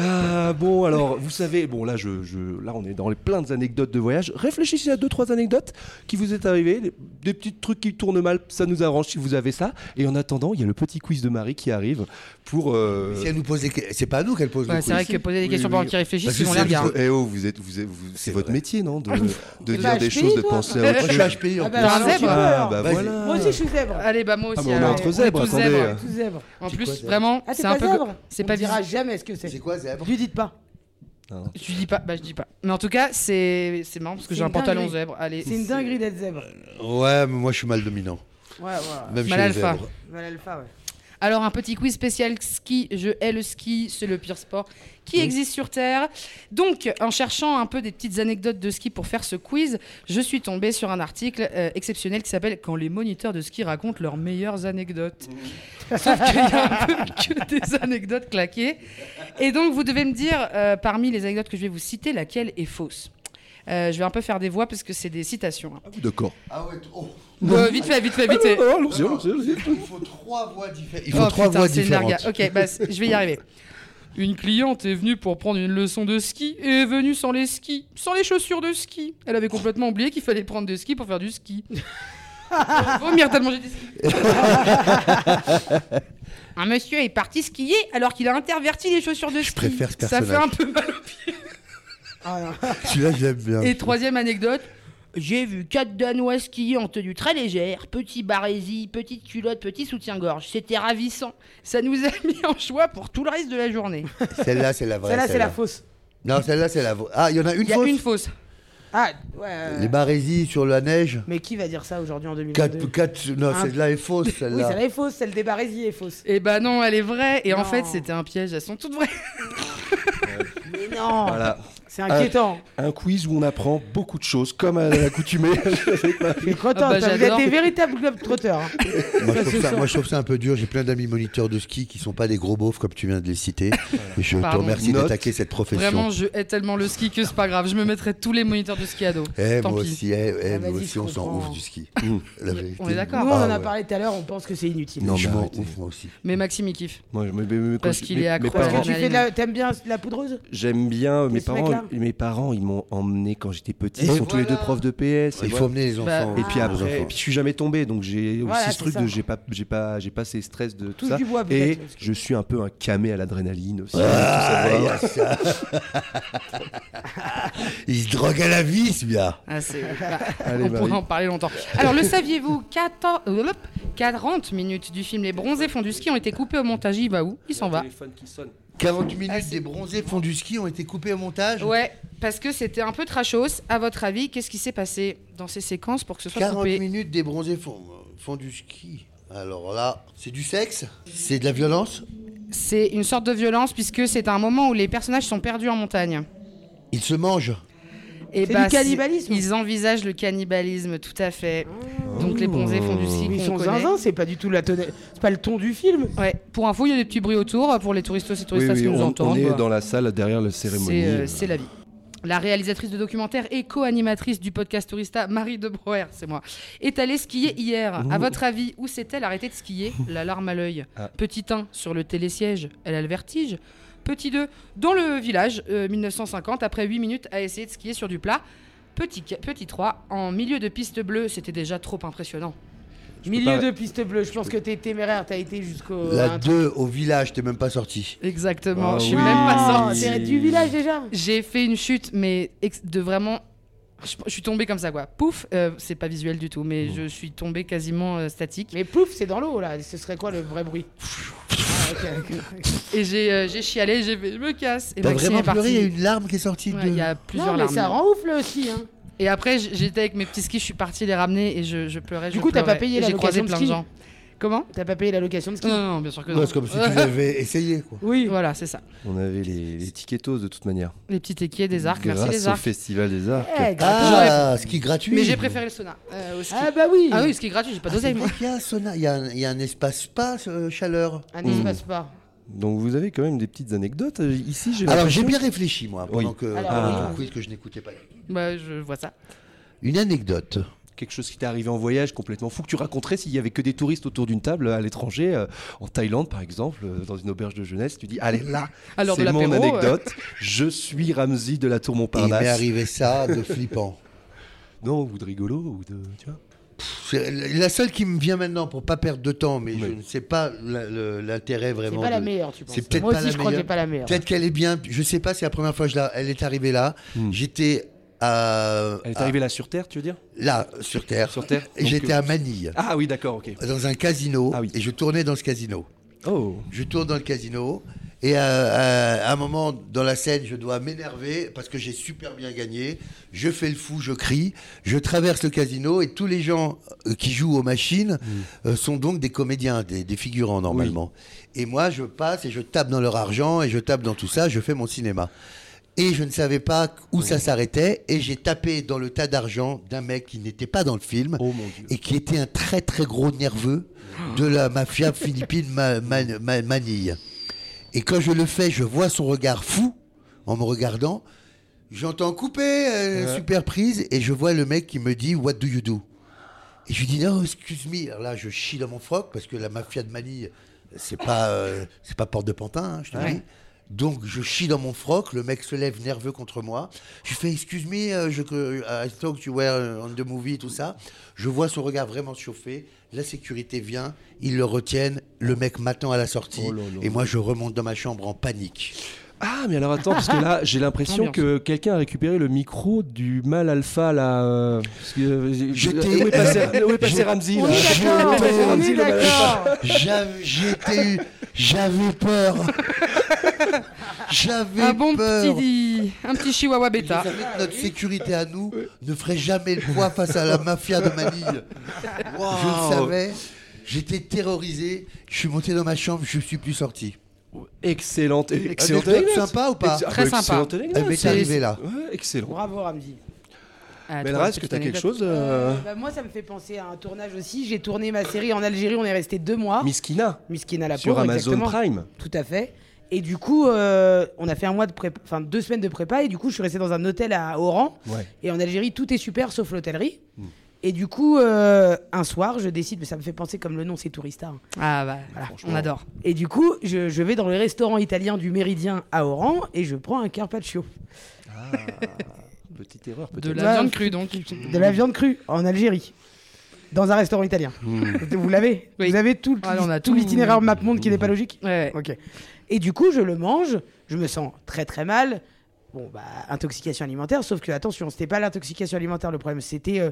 Speaker 1: Ah, bon alors vous savez bon là je, je- là on est dans les plein d'anecdotes de voyage réfléchissez à deux trois anecdotes qui vous est arrivées des, des petits trucs qui tournent mal ça nous arrange si vous avez ça et en attendant il y a le petit quiz de Marie qui arrive pour euh,
Speaker 2: Si elle nous pose des que- c'est pas à nous qu'elle pose
Speaker 3: Ouais,
Speaker 2: le
Speaker 3: c'est vrai
Speaker 2: quiz.
Speaker 3: que poser des
Speaker 1: Oui,
Speaker 3: questions
Speaker 1: oui.
Speaker 3: pendant qu'ils réfléchissent,
Speaker 2: Parce que
Speaker 3: ils vont
Speaker 2: c'est
Speaker 3: les regarder.
Speaker 1: Eh oh, vous êtes, vous êtes- vous- c'est
Speaker 2: C'est
Speaker 1: votre
Speaker 2: vrai.
Speaker 1: métier, non De, de
Speaker 4: Bah,
Speaker 1: dire des
Speaker 4: je suis,
Speaker 1: choses, de
Speaker 4: toi.
Speaker 1: penser à autre
Speaker 2: Moi,
Speaker 1: chose.
Speaker 2: je suis HPI. en
Speaker 4: Ah
Speaker 2: plus.
Speaker 4: bah, alors,
Speaker 3: T'es un
Speaker 4: zèbre,
Speaker 3: zèbre.
Speaker 1: Ah,
Speaker 4: alors.
Speaker 1: bah
Speaker 2: Vas-y.
Speaker 1: voilà.
Speaker 4: Moi aussi, je suis zèbre.
Speaker 3: Allez, bah moi
Speaker 1: Ah,
Speaker 3: aussi.
Speaker 1: mais on est
Speaker 3: alors.
Speaker 1: entre zèbres,
Speaker 3: On est tous
Speaker 1: attendez.
Speaker 3: zèbres.
Speaker 4: Tout zèbre.
Speaker 3: En
Speaker 2: C'est
Speaker 3: plus,
Speaker 2: quoi, zèbre
Speaker 3: vraiment,
Speaker 4: Ah, t'es
Speaker 3: c'est un
Speaker 4: pas
Speaker 3: peu.
Speaker 4: zèbre
Speaker 3: C'est
Speaker 4: On
Speaker 3: pas
Speaker 4: dira
Speaker 3: visible.
Speaker 4: jamais ce que
Speaker 2: C'est
Speaker 4: c'est.
Speaker 2: quoi, Zèbre
Speaker 4: Lui dites pas.
Speaker 3: Tu dis pas, bah je dis pas. Mais en tout cas, c'est c'est marrant parce que
Speaker 4: C'est
Speaker 3: j'ai un
Speaker 4: une
Speaker 3: pantalon
Speaker 4: dinguerie.
Speaker 3: zèbre. Allez.
Speaker 4: C'est une dinguerie d'être zèbre.
Speaker 2: Ouais, mais moi je suis mal dominant.
Speaker 4: Ouais, ouais.
Speaker 2: Même
Speaker 3: Mal
Speaker 2: chez
Speaker 3: alpha.
Speaker 2: les zèbres.
Speaker 4: Mal alpha, ouais.
Speaker 3: Alors un petit quiz spécial ski. Je hais le ski, c'est le pire sport qui existe sur terre. Donc en cherchant un peu des petites anecdotes de ski pour faire ce quiz, je suis tombée sur un article euh, exceptionnel qui s'appelle Quand les moniteurs de ski racontent leurs meilleures anecdotes. (laughs) Sauf qu'il y a un peu que des anecdotes claquées. Et donc vous devez me dire euh, parmi les anecdotes que je vais vous citer laquelle est fausse. Euh, je vais un peu faire des voix parce que c'est des citations. hein.
Speaker 1: D'accord.
Speaker 2: Ah ouais, t- oh,
Speaker 3: Euh, vite fait, vite fait, vite fait.
Speaker 1: allons-y, allons-y, allons-y.
Speaker 2: il faut trois voix différentes. Il faut
Speaker 3: Oh,
Speaker 2: trois
Speaker 3: putain,
Speaker 2: voix
Speaker 3: c'est une
Speaker 2: différentes.
Speaker 3: narga. Ok, bah, c'est- je vais y arriver. Une cliente est venue pour prendre une leçon de ski et est venue sans les skis, sans les chaussures de ski. Elle avait complètement oublié qu'il fallait prendre des skis pour faire
Speaker 2: (laughs)
Speaker 3: du ski. Vomir tellement j'ai des skis. Un monsieur est parti skier alors qu'il a interverti les chaussures de ski.
Speaker 2: préfère ce
Speaker 3: Ça fait un
Speaker 2: personnage.
Speaker 3: peu mal.
Speaker 2: Celui-là, je l'aime bien.
Speaker 3: Et troisième anecdote,
Speaker 4: J'ai vu quatre Danois skier en tenue très légère, petit barésie, petite culotte, petit soutien-gorge. C'était ravissant. Ça nous a (laughs) mis en joie pour tout le reste de la journée.
Speaker 2: Celle-là, c'est la vraie.
Speaker 4: Celle-là, c'est la fausse.
Speaker 2: Non, celle-là, c'est la fausse. Ah, il y en a une
Speaker 3: Il y a
Speaker 2: fausse
Speaker 3: une fausse.
Speaker 4: Ah, ouais. euh,
Speaker 2: Les barésies sur la neige.
Speaker 4: Mais qui va dire ça aujourd'hui en 2022
Speaker 2: Quatre, quatre, non,
Speaker 4: Un-
Speaker 2: celle-là est fausse,
Speaker 4: Oui,
Speaker 2: celle-là.
Speaker 4: celle-là est fausse, celle des barésies est fausse.
Speaker 3: Et bah non, elle est vraie. Et en
Speaker 4: Non.
Speaker 3: fait, c'était un piège. Elles sont toutes vraies.
Speaker 4: Mais non
Speaker 1: Voilà.
Speaker 4: C'est inquiétant.
Speaker 1: Un quiz où on apprend beaucoup de choses, comme à
Speaker 2: (laughs)
Speaker 1: l'accoutumée.
Speaker 4: Les crotteurs,
Speaker 3: Ah
Speaker 4: toi,
Speaker 3: bah,
Speaker 4: vous êtes
Speaker 3: j'adore.
Speaker 4: des véritables globetrotters. hein.
Speaker 2: moi, je
Speaker 4: ça
Speaker 2: trouve
Speaker 4: se
Speaker 2: ça,
Speaker 3: (laughs)
Speaker 4: sent.
Speaker 2: moi, je trouve ça un peu dur. J'ai plein d'amis moniteurs de ski qui sont pas des gros beaufs comme tu viens de les citer. Et je te
Speaker 3: Pardon.
Speaker 2: remercie
Speaker 1: Note.
Speaker 2: d'attaquer cette profession.
Speaker 3: Vraiment, je hais tellement le ski que c'est pas grave. Je me mettrais tous les moniteurs de ski à dos.
Speaker 2: Eh,
Speaker 3: Tant
Speaker 2: moi
Speaker 3: pis.
Speaker 2: aussi, eh, eh,
Speaker 4: Ah,
Speaker 2: moi
Speaker 4: vas-y,
Speaker 2: aussi,
Speaker 4: je
Speaker 2: on s'en
Speaker 4: comprends.
Speaker 2: ouf du ski.
Speaker 1: Mmh.
Speaker 2: La vérité.
Speaker 3: On est d'accord.
Speaker 4: Nous, on en
Speaker 2: Ah,
Speaker 4: a
Speaker 2: ouais.
Speaker 4: parlé tout à l'heure, on pense que c'est inutile.
Speaker 1: Non,
Speaker 2: Je
Speaker 1: mais
Speaker 2: m'en
Speaker 1: arrêtez.
Speaker 2: ouf, moi aussi.
Speaker 3: Mais Maxime, il kiffe.
Speaker 1: Moi, je- mais- mais- mais-
Speaker 3: Parce
Speaker 1: mes-
Speaker 3: qu'il est
Speaker 1: mes
Speaker 3: accro à
Speaker 4: Parce
Speaker 3: Ouais,
Speaker 4: que tu
Speaker 3: on a
Speaker 4: fais de
Speaker 3: une-
Speaker 4: la... t'aimes bien la poudreuse
Speaker 1: J'aime bien mes
Speaker 4: ce
Speaker 1: parents.
Speaker 4: mec-là
Speaker 1: Mes parents, ils m'ont emmené quand j'étais petit.
Speaker 2: Et
Speaker 1: Ils sont tous les
Speaker 2: voilà.
Speaker 1: deux profs de PS.
Speaker 2: Il
Speaker 1: et
Speaker 2: faut Ah,
Speaker 1: voilà.
Speaker 2: emmener les
Speaker 3: Bah,
Speaker 2: enfants.
Speaker 1: Et puis
Speaker 2: les
Speaker 1: après,
Speaker 2: enfants.
Speaker 1: et puis je suis jamais tombé, donc j'ai aussi
Speaker 4: Voilà,
Speaker 1: ce
Speaker 4: c'est
Speaker 1: truc
Speaker 4: ça.
Speaker 1: de j'ai pas, j'ai pas, j'ai pas ces stress de tout
Speaker 4: Touche
Speaker 1: ça.
Speaker 4: du bois, peut-être,
Speaker 1: et
Speaker 4: parce que-
Speaker 1: je suis un peu un camé à l'adrénaline aussi.
Speaker 2: Ah,
Speaker 1: tout
Speaker 2: il y
Speaker 1: ça,
Speaker 2: a ça. il se drogue à la vie, ce gars.
Speaker 3: Ah, c'est-
Speaker 1: Allez,
Speaker 3: on
Speaker 1: Marie.
Speaker 3: pourrait en parler longtemps. Alors, le saviez-vous 14... hop, 40 minutes du film Les Bronzés font du ski ont été coupées au montage. Il va où Il s'en va.
Speaker 1: téléphone qui sonne.
Speaker 2: 40 minutes des bronzés font du ski ont été coupés au montage.
Speaker 3: Ah, Ouais, parce que c'était un peu trashos. À votre avis, qu'est-ce qui s'est passé dans ces séquences pour que ce soit
Speaker 2: 40
Speaker 3: coupé
Speaker 2: minutes des bronzés font, font du ski. Alors là, c'est du sexe C'est de la violence
Speaker 3: C'est une sorte de violence puisque c'est un moment où les personnages sont perdus en montagne.
Speaker 2: Ils se mangent.
Speaker 3: Et
Speaker 4: C'est du cannibalisme.
Speaker 3: Eh ben, Ils envisagent le cannibalisme, tout à fait. Donc les bronzés font du ski.
Speaker 4: Mais ils
Speaker 3: qu'on
Speaker 4: sont
Speaker 3: connaît.
Speaker 4: zinzin, c'est pas du tout la tonne... C'est pas le ton du film.
Speaker 3: Ouais. Pour info, il y a des petits bruits autour pour les touristes et les
Speaker 1: Oui,
Speaker 3: touristes
Speaker 1: oui,
Speaker 3: qui nous
Speaker 1: on, on
Speaker 3: entendent.
Speaker 1: est
Speaker 3: bah.
Speaker 1: dans la salle derrière la
Speaker 3: C'est
Speaker 1: cérémonie.
Speaker 3: euh, c'est la vie. La réalisatrice de documentaire et co-animatrice du podcast Tourista, Marie de Broer, c'est moi, est allée skier hier. À votre avis, où s'est-elle arrêtée
Speaker 1: (laughs)
Speaker 3: de skier La larme à l'œil.
Speaker 1: Ah.
Speaker 3: Petit 1, sur le télésiège, elle a le vertige. Petit 2, dans le village, euh, 1950, après 8 minutes à essayer de skier sur du plat. Petit, qu- petit 3, en milieu de piste bleue, c'était déjà trop impressionnant.
Speaker 4: Milieu
Speaker 1: pas-
Speaker 4: de piste bleue, je pense que t'es téméraire, t'as été jusqu'au.
Speaker 2: La
Speaker 4: un-
Speaker 2: 2 au village, t'es même pas sorti.
Speaker 3: Exactement,
Speaker 1: Ah
Speaker 3: je suis
Speaker 1: oui.
Speaker 3: même pas
Speaker 4: Non,
Speaker 3: sortie.
Speaker 4: c'est du village déjà.
Speaker 3: J'ai fait une chute, mais ex- de vraiment. Je, je suis tombée comme ça, quoi. Pouf, euh, c'est pas visuel du tout, mais je suis tombée quasiment euh, statique.
Speaker 4: Mais pouf, c'est dans l'eau là. Ce serait quoi le vrai bruit Ah, ok, ok.
Speaker 3: Et j'ai euh, j'ai chialé, j'ai fait, je me casse. Et
Speaker 2: T'as
Speaker 3: Maxime
Speaker 2: vraiment
Speaker 3: est parti.
Speaker 2: pleuré, il y a une larme qui est sortie
Speaker 3: Ouais,
Speaker 2: de...
Speaker 3: il y a
Speaker 4: Non,
Speaker 3: plusieurs
Speaker 4: mais
Speaker 3: larmes.
Speaker 4: ça rend ouf le ski. Hein.
Speaker 3: Et après, j- j'étais avec mes petits skis, je suis partie les ramener et je, je pleurais.
Speaker 4: Du
Speaker 3: je
Speaker 4: coup, t'as
Speaker 3: pleurais.
Speaker 4: pas payé
Speaker 3: Et
Speaker 4: la
Speaker 3: J'ai croisé
Speaker 4: location de
Speaker 3: plein de
Speaker 4: ski
Speaker 3: gens. Comment
Speaker 4: T'as pas payé la location de ski
Speaker 3: non, non, non, bien sûr que
Speaker 2: Non,
Speaker 3: non.
Speaker 2: C'est comme si
Speaker 3: (laughs)
Speaker 2: tu l'avais essayé, quoi.
Speaker 4: Oui.
Speaker 3: Voilà, c'est ça.
Speaker 1: On avait les, les tickettos de toute manière.
Speaker 3: Les petits équiers des arcs,
Speaker 1: Grâce
Speaker 3: merci les
Speaker 1: au
Speaker 3: arcs.
Speaker 1: Festival des Arcs.
Speaker 4: Eh,
Speaker 2: Ah, ski gratuit.
Speaker 3: Mais j'ai préféré le sauna euh, au ski.
Speaker 4: Ah bah oui.
Speaker 3: Ah oui, ce qui est gratuit, j'ai pas
Speaker 2: Ah, c'est
Speaker 3: d'oseille moi.
Speaker 2: vrai qu'il y a un sauna, il y a un, il y a un espace spa euh, chaleur.
Speaker 4: Un espace pas.
Speaker 1: Donc vous avez quand même des petites anecdotes euh, ici. j'ai
Speaker 2: Alors j'ai
Speaker 1: l'impression.
Speaker 2: bien réfléchi moi pendant
Speaker 1: Oui.
Speaker 2: que
Speaker 4: Alors,
Speaker 2: pendant
Speaker 4: oui.
Speaker 2: le quiz que je n'écoutais pas.
Speaker 3: Bah, je vois ça.
Speaker 2: Une anecdote.
Speaker 1: quelque chose qui t'est arrivé en voyage complètement fou que tu raconterais s'il y avait que des touristes autour d'une table à l'étranger, euh, en Thaïlande par exemple, euh, dans une auberge de jeunesse. Tu dis allez là,
Speaker 3: À l'heure de
Speaker 1: c'est mon
Speaker 3: l'apéro, euh.
Speaker 1: anecdote. Je suis Ramsey de la Tour
Speaker 2: Il m'est
Speaker 1: Montparnasse.
Speaker 2: arrivé ça de flippant.
Speaker 1: Non, ou de rigolo, ou de tu vois.
Speaker 2: C'est la seule qui me vient maintenant pour pas perdre de temps, mais je
Speaker 1: Oui.
Speaker 2: ne sais pas la- le- l'intérêt
Speaker 4: C'est
Speaker 2: vraiment.
Speaker 4: pas la
Speaker 2: de-
Speaker 4: meilleure, tu penses.
Speaker 2: C'est peut-être
Speaker 4: Moi
Speaker 2: pas
Speaker 4: aussi,
Speaker 2: la
Speaker 4: je crois que
Speaker 2: meilleure.
Speaker 4: c'est pas la meilleure.
Speaker 2: Peut-être qu'elle est bien. Je sais pas. C'est la première fois que je la- elle est arrivée là.
Speaker 1: Hmm.
Speaker 2: J'étais à,
Speaker 1: Elle est
Speaker 2: à-
Speaker 1: arrivée là sur terre, tu veux dire
Speaker 2: là sur terre.
Speaker 1: Sur Terre,
Speaker 2: Et
Speaker 1: donc,
Speaker 2: J'étais
Speaker 1: euh,
Speaker 2: à Manille
Speaker 1: Ah oui, d'accord, ok.
Speaker 2: dans un casino
Speaker 1: Ah oui.
Speaker 2: et je tournais dans ce casino.
Speaker 1: Oh,
Speaker 2: Je tourne dans le casino et euh, euh, à un moment dans la scène, je dois m'énerver parce que j'ai super bien gagné. Je fais le fou, je crie, je traverse le casino et tous les gens euh, qui jouent aux machines euh, sont donc des comédiens, des, des figurants normalement. Et moi, je passe et je tape dans leur argent et je tape dans tout ça, je fais mon cinéma. Et je ne savais pas où ça s'arrêtait et j'ai tapé dans le tas d'argent d'un mec qui n'était pas dans le film
Speaker 1: oh mon dieu.
Speaker 2: et qui était un très très gros nerveux de
Speaker 1: (laughs)
Speaker 2: la mafia philippine Ma- Ma- Ma- Manille. Et quand je le fais, je vois son regard fou en me regardant. J'entends couper, euh, super prise, et je vois le mec qui me dit What do you do Et je lui dis Non, excuse me. Alors là, je chie dans mon froc parce que la mafia de Manille, c'est pas, euh, c'est pas porte de pantin, hein, je te le dis. Donc je chie dans mon froc, le mec se lève nerveux contre moi. Je fais excuse me, euh, je, que- I thought you were on the movie, tout ça. Je vois son regard vraiment chauffé. La sécurité vient, ils le retiennent. Le mec m'attend à la sortie.
Speaker 1: Oh là là.
Speaker 2: et moi je remonte dans ma chambre en panique.
Speaker 1: Ah, mais alors attends, parce que là, j'ai l'impression
Speaker 3: Ambiance.
Speaker 1: que quelqu'un a récupéré le micro du mal alpha là. euh, parce que, euh,
Speaker 2: Je
Speaker 1: euh,
Speaker 2: t'ai-
Speaker 1: Où est passé,
Speaker 2: euh,
Speaker 1: où est passé
Speaker 2: je-
Speaker 1: Ramzi
Speaker 4: On
Speaker 1: là
Speaker 4: est d'accord,
Speaker 1: Où est passé
Speaker 4: on
Speaker 1: Ramzi,
Speaker 4: est
Speaker 1: le mal alpha
Speaker 4: d'accord.
Speaker 2: J'avais, j'étais- j'avais peur. J'avais
Speaker 3: Un bon
Speaker 2: peur.
Speaker 3: petit, un petit chihuahua
Speaker 2: Je
Speaker 3: bêta.
Speaker 2: savais que notre sécurité à nous ne ferait jamais le poids face à la mafia de Manille. Je le savais. J'étais terrorisé. Je suis monté dans ma chambre. Je suis plus sorti.
Speaker 1: Excellente, excellente
Speaker 2: Anecdote
Speaker 1: anecdote.
Speaker 2: sympa ou pas
Speaker 1: Ex- ah,
Speaker 3: Très
Speaker 1: bah,
Speaker 3: sympa.
Speaker 1: excellente anecdote,
Speaker 2: Elle m'est
Speaker 1: c'est-
Speaker 2: arrivée, là.
Speaker 1: Ouais, excellent.
Speaker 4: Bravo Ramzi.
Speaker 3: Ah,
Speaker 1: Belra,
Speaker 3: trois
Speaker 1: est-ce que
Speaker 3: petites
Speaker 1: t'as quelque
Speaker 3: anecdotes.
Speaker 1: chose euh,
Speaker 4: Euh, bah, moi, ça me fait penser à un tournage aussi. J'ai tourné ma série en Algérie. On est resté deux mois.
Speaker 1: Miskina
Speaker 4: Miskina la
Speaker 1: sur
Speaker 4: pauvre,
Speaker 1: Amazon
Speaker 4: exactement.
Speaker 1: Prime.
Speaker 4: Tout à fait. Et du coup, euh, on a fait un mois de prépa, enfin deux semaines de prépa. Et du coup, je suis resté dans un hôtel à Oran.
Speaker 1: Ouais. Hmm.
Speaker 4: Et en Algérie, tout est super sauf l'hôtellerie. Et du coup, euh, un soir, je décide, mais ça me fait penser comme le nom, c'est Tourista. hein.
Speaker 3: Ah bah, on adore.
Speaker 4: Et du coup, je, je vais dans le restaurant italien du Méridien à Oran et je prends un carpaccio.
Speaker 1: Ah, Petite erreur,
Speaker 3: De
Speaker 1: peut-être.
Speaker 3: la
Speaker 4: Ouais.
Speaker 3: viande crue donc.
Speaker 4: De la viande crue en Algérie. Dans un restaurant italien.
Speaker 1: Hmm.
Speaker 4: Vous l'avez
Speaker 3: Oui.
Speaker 4: Vous avez tout, le-
Speaker 3: Ah, là, on a
Speaker 4: tout
Speaker 3: tout.
Speaker 4: l'itinéraire map monde qui n'est pas logique
Speaker 3: Ouais, ouais.
Speaker 4: Ok. Et du coup, je le mange, je me sens très très mal. Bon, bah, intoxication alimentaire, sauf que, attention, c'était pas l'intoxication alimentaire le problème, c'était euh,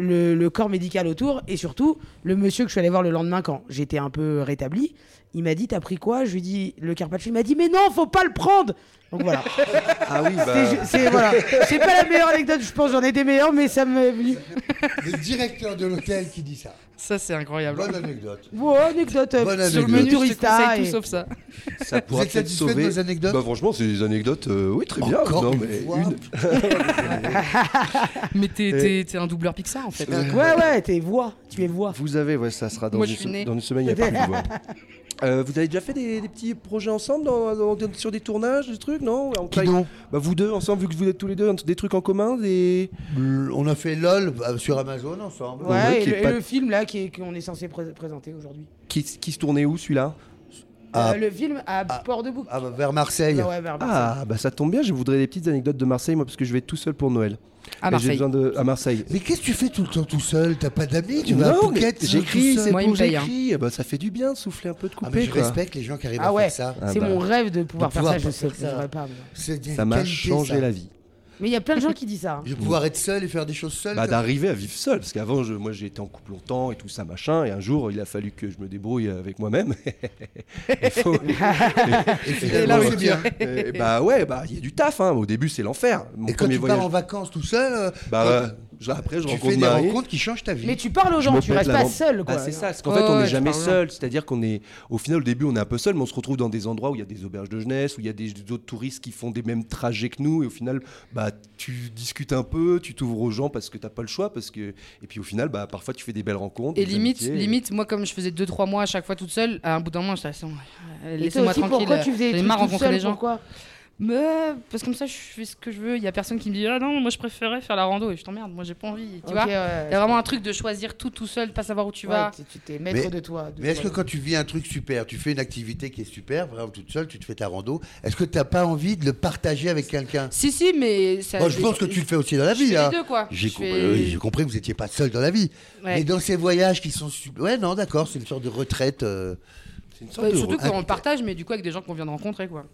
Speaker 4: le, le corps médical autour et surtout le monsieur que je suis allé voir le lendemain quand j'étais un peu rétabli. Il m'a dit T'as pris quoi Je lui ai dit Le carpaccio. Il m'a dit Mais non, faut pas le prendre Donc
Speaker 3: (laughs)
Speaker 4: voilà.
Speaker 1: Ah (laughs) oui, bah,
Speaker 4: C'est- C'est voilà. C'est pas la meilleure anecdote, je pense, j'en ai des meilleures, mais ça me.
Speaker 2: Le directeur de l'hôtel qui dit ça.
Speaker 3: Ça c'est incroyable.
Speaker 2: Bonne anecdote.
Speaker 4: Bon, anecdote. euh,
Speaker 2: Bonne
Speaker 3: Sur
Speaker 2: anecdote.
Speaker 3: le menu, je te
Speaker 4: Tourista
Speaker 3: conseille
Speaker 4: et-
Speaker 3: tout sauf ça.
Speaker 1: ça pourra
Speaker 2: êtes
Speaker 1: peut-être
Speaker 2: satisfait de
Speaker 1: sauver.
Speaker 2: nos anecdotes
Speaker 1: bah, Franchement, c'est des anecdotes, euh, oui, très bien.
Speaker 2: Encore
Speaker 1: Non,
Speaker 2: une
Speaker 1: mais
Speaker 2: fois.
Speaker 1: une-
Speaker 3: Mais t'es- t'es t'es un doubleur Pixar en fait.
Speaker 4: Ouais, ouais, t'es voix, tu es voix.
Speaker 1: Vous avez, ouais, ça sera dans,
Speaker 3: Moi,
Speaker 1: une,
Speaker 3: je suis
Speaker 1: se-
Speaker 3: née.
Speaker 1: dans une semaine, il n'y a plus de voix. (laughs) Euh, vous avez déjà fait des, des petits projets ensemble dans- dans- dans- sur des tournages, des trucs, non En
Speaker 2: Qui
Speaker 1: taille-
Speaker 2: donc
Speaker 1: bah, Vous deux ensemble, vu que vous êtes tous les deux, des trucs en commun des...
Speaker 2: L- On a fait LOL bah, sur Amazon ensemble.
Speaker 4: Ouais,
Speaker 1: Ouais,
Speaker 4: et,
Speaker 1: qui est
Speaker 4: le, et
Speaker 1: pas-
Speaker 4: le film là qui est- qu'on est censé pré- présenter aujourd'hui.
Speaker 1: qui, qui se tournait où celui-là
Speaker 2: Ah.
Speaker 4: Euh, le film à Port de Bouc.
Speaker 2: Ah, bah, vers Marseille.
Speaker 4: Ah ouais, vers Marseille.
Speaker 1: Ah, bah ça tombe bien, je voudrais des petites anecdotes de Marseille, moi, parce que je vais être tout seul pour Noël. Et
Speaker 3: À
Speaker 1: j'ai
Speaker 3: Marseille.
Speaker 1: besoin de... À Marseille.
Speaker 2: Mais qu'est-ce que tu fais tout le temps tout seul T'as pas d'amis Tu vas à
Speaker 1: Non, mais
Speaker 2: Phuket
Speaker 1: j'écris,
Speaker 2: tout
Speaker 1: c'est
Speaker 2: seul
Speaker 3: Moi, il
Speaker 1: bon,
Speaker 3: me paye, hein.
Speaker 1: j'écris. Bah, ça fait du bien de souffler un peu, de
Speaker 2: Ah,
Speaker 1: couper,
Speaker 2: mais je
Speaker 1: quoi.
Speaker 2: respecte les gens qui arrivent
Speaker 4: Ah ouais,
Speaker 2: à faire ça.
Speaker 1: Ah
Speaker 4: c'est
Speaker 1: bah.
Speaker 4: mon rêve de pouvoir
Speaker 2: De
Speaker 4: faire
Speaker 2: pouvoir
Speaker 4: ça, je
Speaker 2: pas
Speaker 4: sais,
Speaker 2: faire ça.
Speaker 4: je devrais pas. mais-
Speaker 2: C'est une
Speaker 1: Ça m'a
Speaker 2: qualité,
Speaker 1: changé
Speaker 2: ça.
Speaker 1: la vie.
Speaker 4: Mais il y a plein de gens qui disent
Speaker 2: (laughs)
Speaker 4: ça. hein.
Speaker 2: Je vais pouvoir être seul et faire des choses seul.
Speaker 1: Bah,
Speaker 2: comme-
Speaker 1: d'arriver à vivre seul, parce qu'avant, je, moi, j'ai été en couple longtemps et tout ça, machin, et un jour, il a fallu que je me débrouille avec moi-même. (laughs) Il
Speaker 3: (laughs)
Speaker 1: faut-
Speaker 2: et
Speaker 1: et
Speaker 2: finalement,
Speaker 1: là,
Speaker 2: c'est
Speaker 1: oui.
Speaker 2: bien.
Speaker 1: et bah ouais, bah il y a du taf, hein. au début, c'est l'enfer. Mon
Speaker 2: Et quand
Speaker 1: premier
Speaker 2: tu
Speaker 1: voyage.
Speaker 2: pars en vacances tout seul, euh,
Speaker 1: Bah,
Speaker 2: quand-
Speaker 1: euh, je- après, je
Speaker 2: tu
Speaker 1: rencontre
Speaker 2: fais des
Speaker 1: Marie.
Speaker 2: rencontres qui changent ta vie.
Speaker 4: Mais tu parles aux
Speaker 1: Je me
Speaker 4: gens, tu
Speaker 1: pète
Speaker 4: restes
Speaker 1: la
Speaker 4: pas
Speaker 1: lampe.
Speaker 4: seul quoi.
Speaker 1: Ah, c'est ça, parce qu'en
Speaker 3: Ouais,
Speaker 1: fait, on
Speaker 3: ouais,
Speaker 1: n'est
Speaker 3: je
Speaker 1: jamais
Speaker 3: parle
Speaker 1: seul. C'est-à-dire qu'on est. Au final, au début, on est un peu seul, mais on se retrouve dans des endroits où il y a des auberges de jeunesse, où il y a des autres touristes qui font des mêmes trajets que nous. Et au final, bah, tu discutes un peu, tu t'ouvres aux gens parce que t'as pas le choix. Parce que... Et puis au final, bah, parfois, tu fais des belles rencontres.
Speaker 3: Et
Speaker 1: des
Speaker 3: limite,
Speaker 1: amitiés, et-
Speaker 3: limite, moi comme je faisais 2-3 mois à chaque fois toute seule, à un bout d'un moment, j'étais là, euh,
Speaker 4: Et toi
Speaker 3: laissez-moi
Speaker 4: aussi,
Speaker 3: tranquille.
Speaker 4: pourquoi tu faisais
Speaker 3: J'en ai
Speaker 4: des
Speaker 3: marre de
Speaker 4: trucs tout
Speaker 3: rencontrer les
Speaker 4: seul
Speaker 3: gens.
Speaker 4: Pourquoi
Speaker 3: Mais euh, parce que comme ça, je fais ce que je veux. Il y a personne qui me dit ah non, moi je préférais faire la rando et je t'emmerde, moi j'ai pas envie.
Speaker 4: Ok,
Speaker 3: Tu vois
Speaker 4: ouais,
Speaker 3: Il y a vraiment un truc de choisir tout tout seul, de pas savoir où tu
Speaker 4: tu vois,
Speaker 3: vas.
Speaker 4: tu tu t'es maître
Speaker 2: Mais-
Speaker 4: de toi. de
Speaker 2: Mais est-ce que
Speaker 4: toi.
Speaker 2: quand tu vis un truc super, tu fais une activité qui est super, vraiment toute seule, tu te fais ta rando, est-ce que t'as pas envie de le partager avec quelqu'un
Speaker 3: Si si, mais ça.
Speaker 2: Moi, je pense que tu le fais aussi dans la
Speaker 3: je
Speaker 2: vie,
Speaker 3: fais
Speaker 2: là.
Speaker 3: les deux, quoi.
Speaker 2: J'ai
Speaker 3: Je
Speaker 2: com-
Speaker 3: fais-
Speaker 2: euh, oui, j'ai compris que vous n'étiez pas seul dans la vie.
Speaker 3: Ouais.
Speaker 2: Mais dans ces voyages qui sont. sub- Ouais, non, d'accord, c'est une sorte de retraite. euh,
Speaker 1: C'est une sorte
Speaker 3: Bah,
Speaker 1: de-
Speaker 3: surtout
Speaker 2: Ah,
Speaker 3: quand on
Speaker 2: putain.
Speaker 3: le partage, mais du coup avec des gens qu'on vient de rencontrer, quoi.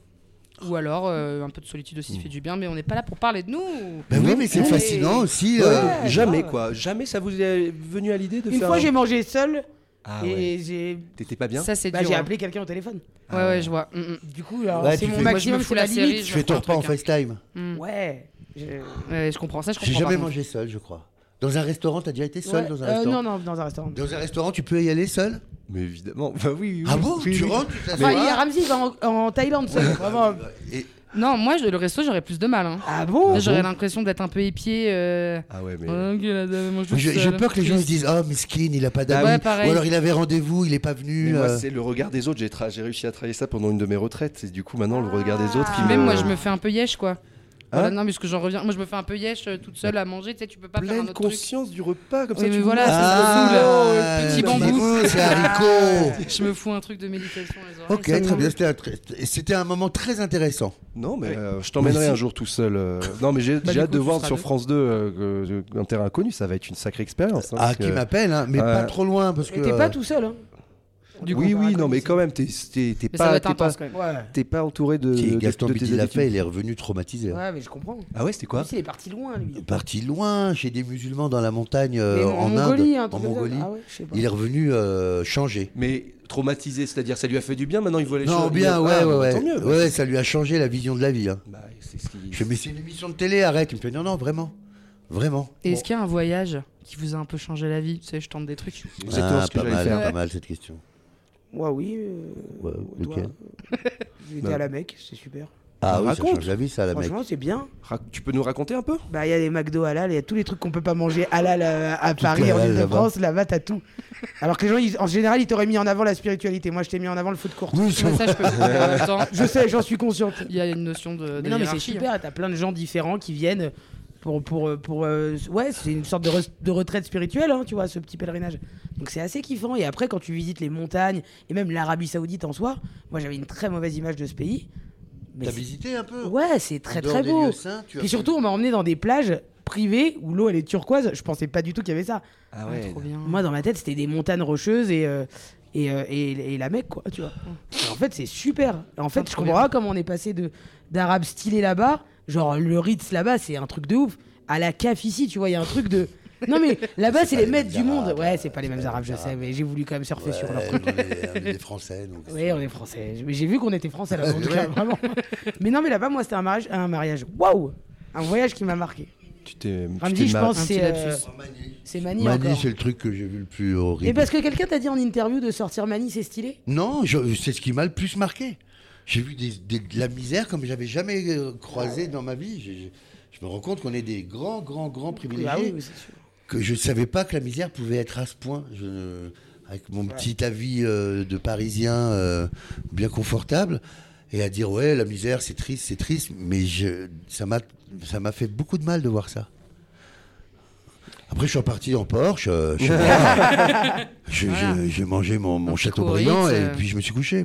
Speaker 3: Ou alors euh, un peu de solitude
Speaker 2: Hmm.
Speaker 3: aussi fait du bien, mais on n'est pas là pour parler de nous.
Speaker 2: Ben oui, mais c'est
Speaker 4: Ouais.
Speaker 2: fascinant aussi.
Speaker 1: Ouais,
Speaker 2: euh,
Speaker 1: jamais, quoi. Jamais ça vous est venu à l'idée de
Speaker 4: Une
Speaker 1: faire.
Speaker 4: fois
Speaker 1: un-
Speaker 4: j'ai mangé seul
Speaker 1: Ah ouais.
Speaker 4: et j'ai
Speaker 1: T'étais pas bien
Speaker 3: Ça c'est
Speaker 4: bah,
Speaker 3: dur.
Speaker 4: j'ai
Speaker 3: hein.
Speaker 4: appelé quelqu'un au téléphone.
Speaker 3: Ouais
Speaker 2: Ah.
Speaker 3: ouais, je vois. Mm, mm.
Speaker 4: Du coup, alors,
Speaker 2: Ouais,
Speaker 4: c'est
Speaker 2: tu
Speaker 4: mon
Speaker 2: fais-
Speaker 3: Moi, je
Speaker 4: maximum,
Speaker 3: me
Speaker 4: c'est
Speaker 3: fous
Speaker 4: la
Speaker 3: la série,
Speaker 4: limite.
Speaker 2: Tu
Speaker 3: Je
Speaker 2: fais ton
Speaker 3: prends
Speaker 2: repas
Speaker 3: un
Speaker 2: en
Speaker 3: truc, hein.
Speaker 2: FaceTime.
Speaker 4: Ouais. je-
Speaker 3: Ouais, je comprends ça, je comprends
Speaker 2: J'ai jamais
Speaker 3: pas.
Speaker 2: mangé seul, je crois. Dans un restaurant, t'as déjà été seul
Speaker 4: Ouais,
Speaker 2: dans un
Speaker 4: euh,
Speaker 2: restaurant
Speaker 4: Non, non, dans un restaurant.
Speaker 2: Dans un restaurant, tu peux y aller seul
Speaker 1: Mais évidemment. (laughs) Bah oui. oui,
Speaker 2: Ah bon
Speaker 1: oui,
Speaker 2: Tu
Speaker 1: oui.
Speaker 2: rentres, tu t'assois.
Speaker 4: Enfin, Bah, il
Speaker 2: (laughs)
Speaker 4: y a Ramsey il va en, en Thaïlande seul, (laughs) vraiment.
Speaker 2: Et-
Speaker 3: Non, moi je- le resto j'aurais plus de mal. hein.
Speaker 4: Ah bon
Speaker 3: J'aurais l'impression d'être un peu épié. euh,
Speaker 1: Ah ouais, mais.
Speaker 3: oh, gueule, la dame, moi, je
Speaker 2: J'ai
Speaker 3: suis
Speaker 2: j'ai
Speaker 3: seule.
Speaker 2: peur que les gens se disent Oh, miskin, il a pas d'amis.
Speaker 3: Ouais, pareil.
Speaker 2: Ou alors il avait rendez-vous, il est pas venu.
Speaker 1: Mais moi,
Speaker 2: euh.
Speaker 1: c'est le regard des autres. J'ai, tra- j'ai réussi à travailler ça pendant une de mes retraites. Et du coup, maintenant, le regard des autres qui
Speaker 3: Puis Ah. même
Speaker 1: me-
Speaker 2: euh,
Speaker 3: moi, je me fais un peu yesh, quoi. Voilà,
Speaker 1: Hein
Speaker 3: non, mais ce que j'en reviens, moi je me fais un peu yesh euh, toute seule à manger, tu sais, tu peux pas faire un
Speaker 1: pleine
Speaker 3: autre truc.
Speaker 1: conscience du repas comme
Speaker 3: Oui,
Speaker 1: ça.
Speaker 3: mais
Speaker 1: tu
Speaker 3: voilà,
Speaker 1: vois.
Speaker 3: ça me
Speaker 1: Oh,
Speaker 3: saoule, euh,
Speaker 2: Ah,
Speaker 3: petit bambou.
Speaker 2: C'est haricot.
Speaker 3: Je me fous un truc de méditation les oreilles.
Speaker 2: Ok,
Speaker 3: ça
Speaker 2: très
Speaker 3: me-
Speaker 2: bien. C'était un, tr- c'était un moment très intéressant.
Speaker 1: Non, mais euh, je t'emmènerai
Speaker 2: Merci.
Speaker 1: un jour tout seul.
Speaker 2: (laughs)
Speaker 1: euh. Non, mais j'ai,
Speaker 3: Bah,
Speaker 1: j'ai
Speaker 3: du
Speaker 1: hâte
Speaker 3: coup,
Speaker 1: de
Speaker 3: tu
Speaker 1: voir
Speaker 3: seras
Speaker 1: sur
Speaker 3: deux.
Speaker 1: France 2 euh, que- un terrain inconnu. Ça va être une sacrée expérience. hein,
Speaker 2: Ah,
Speaker 1: parce
Speaker 2: qui
Speaker 1: que-
Speaker 2: m'appelle, hein, mais
Speaker 1: Ouais.
Speaker 2: pas trop loin parce que.
Speaker 4: T'es
Speaker 2: euh,
Speaker 4: pas tout seul, hein
Speaker 3: Du
Speaker 1: oui,
Speaker 3: coup,
Speaker 1: oui,
Speaker 3: on
Speaker 1: non,
Speaker 3: raconte
Speaker 1: mais
Speaker 3: ici.
Speaker 1: quand même, t'es t'es- t'es
Speaker 3: Mais ça doit
Speaker 1: pas,
Speaker 3: être
Speaker 1: t'es pas,
Speaker 3: intense quand même.
Speaker 4: Ouais.
Speaker 1: t'es pas entouré de.
Speaker 2: Qui est
Speaker 1: de-
Speaker 2: Gaston
Speaker 1: de tes
Speaker 2: Petit l'a
Speaker 1: habitudes.
Speaker 2: fait, il est revenu traumatisé. hein.
Speaker 4: Ouais, mais je comprends.
Speaker 1: Ah ouais, c'était quoi
Speaker 4: Lui, il est parti loin, lui.
Speaker 2: Parti loin, chez des musulmans dans la montagne euh,
Speaker 4: Mais
Speaker 2: en,
Speaker 4: Mongolie, un
Speaker 2: Inde, en
Speaker 4: truc comme ça.
Speaker 2: Mongolie.
Speaker 4: Ah ouais, je sais pas.
Speaker 2: Il est revenu euh, changé.
Speaker 1: Mais traumatisé, c'est-à-dire ça lui a fait du bien, maintenant il voit les
Speaker 2: Non,
Speaker 1: choses.
Speaker 2: bien, ouais,
Speaker 1: Ah,
Speaker 2: ouais, ouais.
Speaker 1: Tant mieux.
Speaker 2: Ouais, ouais, ça lui a changé la vision de la vie. hein.
Speaker 1: Bah, c'est ce qui-
Speaker 2: Je fais, mais c'est une émission de télé, arrête. Il me fait, non, non, vraiment. Vraiment.
Speaker 3: Et est-ce qu'il y a un voyage qui vous a un peu changé la vie Tu sais, je tente des trucs.
Speaker 1: c'est exactement
Speaker 2: Ah,
Speaker 1: ce que
Speaker 2: pas
Speaker 1: j'allais
Speaker 2: mal,
Speaker 1: faire.
Speaker 2: pas mal cette question.
Speaker 4: Ouais, oui. euh,
Speaker 2: Ouais,
Speaker 4: toi,
Speaker 2: lequel
Speaker 4: J'ai été à la Mecque, c'est super.
Speaker 2: Ah oui, ça
Speaker 1: raconte.
Speaker 2: change la vie, ça, la mec.
Speaker 4: Franchement, c'est bien.
Speaker 1: Ra- Tu peux nous raconter un peu
Speaker 4: Bah, il y a des McDo halal, il y a tous les trucs qu'on peut pas manger halal à, à Paris, en
Speaker 2: halal,
Speaker 4: Ile-de-France, là-bas, t'as tout. Alors que les gens, ils- en général, ils t'auraient mis en avant la spiritualité. Moi, je t'ai mis en avant le foot court.
Speaker 2: Oui,
Speaker 3: Mais ça, je peux pas. En même temps,
Speaker 4: Je sais, j'en suis consciente.
Speaker 3: il y a une notion de. de
Speaker 4: Mais non, mais c'est
Speaker 3: hiérarchie, hein.
Speaker 4: super, t'as plein de gens différents qui viennent pour. pour, euh, pour, euh, ouais, c'est une sorte de, re- de retraite spirituelle, hein, tu vois, ce petit pèlerinage. Donc c'est assez kiffant. Et après, quand tu visites les montagnes et même l'Arabie Saoudite en soi, moi j'avais une très mauvaise image de ce pays. Mais
Speaker 2: T'as
Speaker 4: c'est-
Speaker 2: visité un peu
Speaker 4: ouais, c'est très
Speaker 2: En dehors
Speaker 4: très
Speaker 2: des
Speaker 4: beau.
Speaker 2: lieux saints, tu as
Speaker 4: Et
Speaker 2: fait-
Speaker 4: surtout, on m'a emmené dans des plages privées où l'eau elle est turquoise. Je pensais pas du tout qu'il y avait ça.
Speaker 1: Ah
Speaker 3: Ouais, trop bien.
Speaker 4: Moi, dans ma tête, c'était des montagnes rocheuses et, euh, et, euh, et- et la Mecque, quoi, tu vois. Et en fait, Mm. c'est super. En fait, je
Speaker 3: trop
Speaker 4: comprends pas comment on est passé de d'arabe stylé là-bas, genre le Ritz là-bas, c'est un truc de ouf, à la CAF ici, tu vois, il y a un truc (laughs) de. Non, mais là-bas, c'est les maîtres du monde. Ouais, c'est pas les mêmes arabes, je sais, mais j'ai voulu quand même surfer sur leur
Speaker 2: Ouais,
Speaker 4: truc.
Speaker 2: on
Speaker 4: (laughs)
Speaker 2: est- on est des Français, donc.
Speaker 4: Oui, on est français. Mais J'ai vu qu'on était français là-bas, en tout cas, (laughs) vraiment. Mais non, mais là-bas, moi, c'était un mariage. Un mariage. Waouh Un voyage qui m'a marqué.
Speaker 1: Tu t'es. tu
Speaker 4: Ramzi,
Speaker 1: t'es
Speaker 4: je
Speaker 1: mar-
Speaker 4: pense
Speaker 3: Un
Speaker 4: que
Speaker 3: petit
Speaker 4: c'est. euh,
Speaker 3: lapsus.
Speaker 4: C'est Mani
Speaker 2: Mani,
Speaker 4: encore.
Speaker 2: c'est le truc que j'ai vu le plus
Speaker 4: Et
Speaker 2: horrible.
Speaker 4: parce que quelqu'un t'a dit en interview de sortir Mani, c'est stylé
Speaker 2: Non, je- c'est ce qui m'a le plus marqué. J'ai vu des- des- de la misère comme j'avais jamais euh, croisé dans ma vie. J'ai- j'ai- Je, me rends compte qu'on est des grands, grands, grands privilégiés.
Speaker 4: Ah oui, oui, c'est sûr.
Speaker 2: que je ne savais pas que la misère pouvait être à ce point. Je- avec mon petit avis euh, de Parisien euh, bien confortable, et à dire ouais, la misère, c'est triste, c'est triste, mais je, ça m'a ça m'a fait beaucoup de mal de voir ça. Après, je suis reparti en Porsche, euh, chez moi. Je- je-
Speaker 3: Voilà.
Speaker 2: j'ai mangé mon, mon
Speaker 3: Donc,
Speaker 2: Chateaubriand
Speaker 3: Coritz,
Speaker 2: et
Speaker 3: euh.
Speaker 2: puis je me suis couché.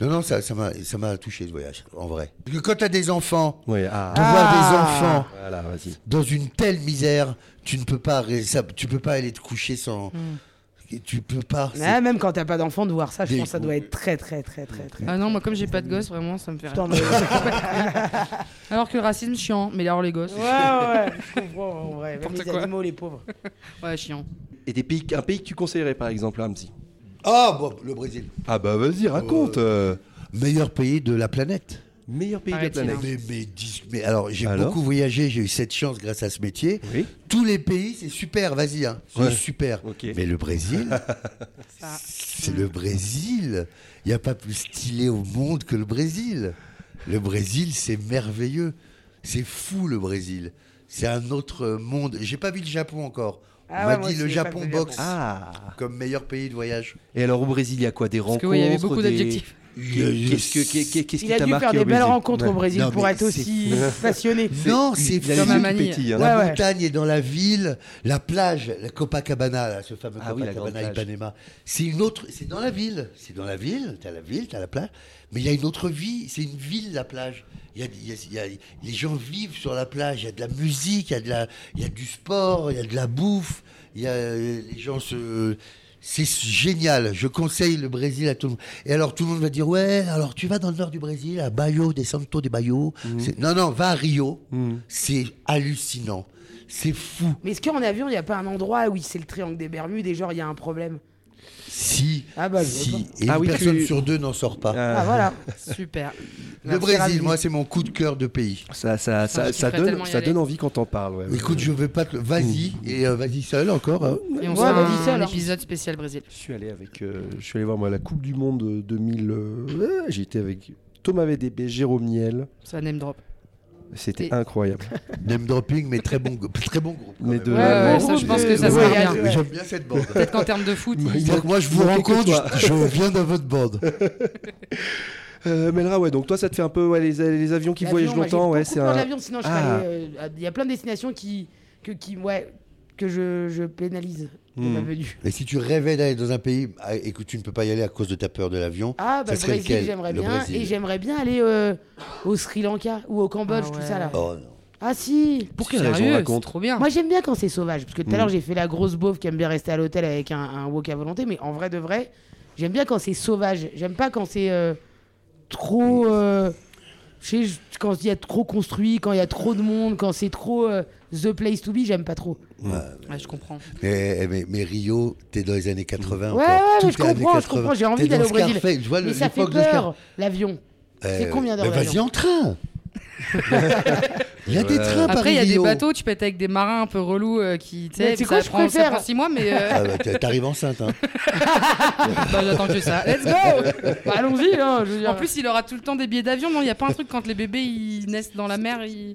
Speaker 2: Non, non, ça ça m'a ça m'a touché ce voyage, en vrai. Parce que quand tu as des enfants,
Speaker 1: Ouais, ah.
Speaker 2: de voir des enfants
Speaker 1: Voilà, vas-y.
Speaker 2: dans une telle misère, tu ne peux pas, ré- ça- tu peux pas aller te coucher sans.
Speaker 1: Hmm.
Speaker 2: Tu peux pas. c'est-
Speaker 1: ah.
Speaker 4: Ouais, Ah, même quand t'as pas d'enfant, de voir ça, je
Speaker 2: Des-
Speaker 4: pense que ça doit être très, très, très, très, très.
Speaker 3: Ah non, moi, comme j'ai pas de gosse, vraiment, ça me fait
Speaker 4: Putain,
Speaker 3: rire.
Speaker 4: mais- ouais,
Speaker 3: (laughs) Alors que le racisme, chiant. Mais alors, les
Speaker 4: (laughs)
Speaker 3: gosses,
Speaker 4: ouais, je comprends, en vrai. Même
Speaker 3: N'importe
Speaker 4: les
Speaker 3: quoi.
Speaker 4: animaux, les pauvres.
Speaker 3: ouais, chiant.
Speaker 1: Et des pays, un pays que tu conseillerais par exemple, Ramzi
Speaker 2: Ah bon, le Brésil.
Speaker 1: Ah bah vas-y, raconte. euh,
Speaker 2: Meilleur pays de la planète.
Speaker 1: meilleur pays de la
Speaker 3: Paraît-il,
Speaker 1: planète.
Speaker 2: Mais, mais, dis- mais alors, j'ai
Speaker 1: Alors
Speaker 2: beaucoup voyagé, j'ai eu cette chance grâce à ce métier.
Speaker 1: Oui.
Speaker 2: Tous les pays, c'est super, vas-y, hein, c'est
Speaker 1: Ouais.
Speaker 2: super.
Speaker 1: Ok.
Speaker 2: Mais
Speaker 1: (laughs)
Speaker 2: le Brésil,
Speaker 3: Ça.
Speaker 2: c'est le Brésil. Il n'y a pas plus stylé au monde que le Brésil. Le Brésil, c'est merveilleux. C'est fou le Brésil. C'est un autre monde. J'ai pas vu le Japon encore.
Speaker 4: Ah
Speaker 2: On
Speaker 4: ouais,
Speaker 2: m'a
Speaker 4: moi
Speaker 2: dit
Speaker 4: aussi,
Speaker 2: le
Speaker 4: j'ai pas
Speaker 2: Japon
Speaker 4: vu le
Speaker 2: boxe
Speaker 1: Ah
Speaker 2: comme meilleur pays de voyage.
Speaker 1: Et alors au Brésil, il y a quoi Des rencontres
Speaker 3: que oui, il y avait beaucoup
Speaker 1: des-
Speaker 3: d'adjectifs.
Speaker 1: Qu'est-ce que- qu'est- qu'est- qu'est-ce qui
Speaker 4: Il a
Speaker 1: t'a
Speaker 4: dû
Speaker 1: marqué
Speaker 4: faire
Speaker 1: au
Speaker 4: des belles
Speaker 1: Brésil
Speaker 4: rencontres au
Speaker 1: Ouais.
Speaker 4: Brésil
Speaker 2: Non,
Speaker 4: pour
Speaker 2: mais
Speaker 4: être aussi
Speaker 1: (laughs)
Speaker 4: passionné.
Speaker 2: Non, c'est
Speaker 1: Il a
Speaker 2: fou.
Speaker 3: Comme à
Speaker 1: les yeux qui
Speaker 3: Manille.
Speaker 1: pétillent, hein.
Speaker 2: La
Speaker 4: Ouais, ouais.
Speaker 2: montagne est dans la ville, la plage, la Copacabana, là, ce fameux
Speaker 1: Ah oui, la grande
Speaker 2: Copacabana
Speaker 1: plage.
Speaker 2: Ipanema. C'est une autre, c'est dans la ville, c'est dans la ville, t'as la ville, t'as la plage, mais il y a une autre vie, c'est une ville la plage. Il y a, il y a- il y a- les gens vivent sur la plage, il y a de la musique, il y a de la, il y a du sport, il y a de la bouffe, il y a euh, les gens se c'est génial, je conseille le Brésil à tout le monde. Et alors tout le monde va dire ouais, alors tu vas dans le nord du Brésil, à Baio, des Santos de Baio.
Speaker 1: Mmh.
Speaker 2: C'est- Non non, va à Rio, c'est hallucinant, c'est fou.
Speaker 4: Mais est-ce qu'en avion, il n'y a pas un endroit où c'est le triangle des Bermudes et genre, il y a un problème
Speaker 2: Si,
Speaker 4: Ah bah, je
Speaker 2: si.
Speaker 4: vois
Speaker 2: Et
Speaker 1: Ah
Speaker 2: une
Speaker 1: oui,
Speaker 2: personne
Speaker 1: tu-
Speaker 2: sur deux n'en sort pas.
Speaker 4: Ah,
Speaker 1: (laughs)
Speaker 4: voilà.
Speaker 3: Super.
Speaker 2: le Brésil, moi, c'est mon coup de cœur de pays.
Speaker 1: Ça, ça, ça,
Speaker 3: je
Speaker 1: ça
Speaker 3: kifferais
Speaker 1: donne,
Speaker 3: tellement y
Speaker 1: ça
Speaker 3: aller.
Speaker 1: donne envie quand on parle. ouais.
Speaker 2: Écoute, je vais pas te... Vas-y, et euh, vas-y seul encore. hein.
Speaker 3: Et on
Speaker 4: Ouais,
Speaker 3: se fait
Speaker 4: vas-y, ça,
Speaker 3: un,
Speaker 4: alors.
Speaker 3: épisode spécial Brésil.
Speaker 1: Je suis allé avec, euh, je suis allé voir moi la Coupe du Monde euh, 2000. euh, ouais, J'ai été avec Thomas VDB, Jérôme Niel.
Speaker 3: Ça name drop.
Speaker 1: C'était
Speaker 3: Et-
Speaker 1: incroyable.
Speaker 2: Name dropping, mais très bon, go- très bon groupe. quand
Speaker 1: Mais
Speaker 2: même.
Speaker 1: de-
Speaker 3: Ouais,
Speaker 1: Euh,
Speaker 3: ouais,
Speaker 1: bon
Speaker 3: ça, je
Speaker 1: groupe
Speaker 3: pense
Speaker 1: de-
Speaker 3: que ça
Speaker 1: Ouais,
Speaker 3: serait bien.
Speaker 4: ouais.
Speaker 2: J'aime bien cette
Speaker 4: (laughs)
Speaker 2: bande.
Speaker 3: Peut-être qu'en termes de foot, il-
Speaker 2: Donc, moi, je vous
Speaker 1: Il manquait que
Speaker 2: rencontre,
Speaker 1: toi.
Speaker 2: je, je viens dans votre bande.
Speaker 1: (laughs)
Speaker 4: (laughs)
Speaker 1: Euh, Melra, ouais, donc toi, ça te fait un peu ouais, les, les avions qui
Speaker 4: L'avion,
Speaker 1: voyagent
Speaker 4: moi, j'ai
Speaker 1: longtemps, ouais,
Speaker 4: beaucoup
Speaker 1: c'est
Speaker 4: peur de
Speaker 1: un.
Speaker 4: l'avion, sinon je
Speaker 1: Ah.
Speaker 4: serais allé, euh, à- Il y a plein de destinations qui, que, qui, ouais, que je, je pénalise de
Speaker 1: Hmm.
Speaker 4: ma venue.
Speaker 2: Et si tu rêvais d'aller dans un pays ah, et que tu ne peux pas y aller à cause de ta peur de l'avion,
Speaker 4: Ah, bah,
Speaker 2: ça
Speaker 4: le
Speaker 2: serait
Speaker 4: Brésil,
Speaker 2: lequel
Speaker 4: j'aimerais
Speaker 2: Le
Speaker 4: bien.
Speaker 2: Brésil.
Speaker 4: Et j'aimerais bien aller euh, au Sri Lanka ou au Cambodge,
Speaker 3: Ah
Speaker 4: tout
Speaker 3: ouais.
Speaker 4: ça là.
Speaker 2: Oh non.
Speaker 4: Ah, si
Speaker 1: Pour quelle
Speaker 3: sérieux,
Speaker 1: raison
Speaker 3: c'est
Speaker 1: raconte
Speaker 3: trop bien.
Speaker 4: Moi, j'aime bien quand c'est sauvage. Parce que tout
Speaker 1: Mm.
Speaker 4: à l'heure, j'ai fait la grosse beauf qui aime bien rester à l'hôtel avec un, un wok à volonté. Mais en vrai de vrai, J'aime bien quand c'est sauvage. J'aime pas quand c'est euh, trop. euh, je sais, quand il y a trop construit, quand il y a trop de monde, quand c'est trop euh, the place to be, j'aime pas trop.
Speaker 3: Ouais, je comprends.
Speaker 4: Ah,
Speaker 2: Mais, eh, mais, mais Rio, t'es dans les années 80.
Speaker 4: Ouais,
Speaker 2: encore.
Speaker 4: ouais,
Speaker 2: Tout
Speaker 4: mais
Speaker 2: est
Speaker 4: je
Speaker 2: années
Speaker 4: comprends, je
Speaker 2: 80.
Speaker 4: comprends. J'ai
Speaker 2: T'es
Speaker 4: envie
Speaker 2: dans
Speaker 4: d'aller au Brésil.
Speaker 2: Scarface, Je vois
Speaker 4: mais
Speaker 2: le-
Speaker 4: ça fait
Speaker 2: l'époque de Scar-
Speaker 4: peur, l'avion. c'est
Speaker 2: Euh,
Speaker 4: combien d'heures
Speaker 2: mais Vas-y
Speaker 4: d'avion
Speaker 2: en train. Il y a des trains par
Speaker 3: Après, il y a des
Speaker 2: Rio.
Speaker 3: bateaux, tu peux être avec des marins un peu relous euh, qui, tu
Speaker 4: Mais
Speaker 3: sais,
Speaker 4: tu sais
Speaker 3: ça,
Speaker 4: quoi, je
Speaker 3: prend- ça
Speaker 4: préfère.
Speaker 3: prend six mois, mais euh,
Speaker 2: Ah bah, t'es- T'arrives enceinte. Hein.
Speaker 3: bah, j'attends que ça. (laughs) Let's go
Speaker 4: Bah, Allons-y, hein, je veux dire.
Speaker 3: En plus, il aura tout le temps des billets d'avion. Non, il n'y a pas un truc quand les bébés ils naissent dans la mer, ils,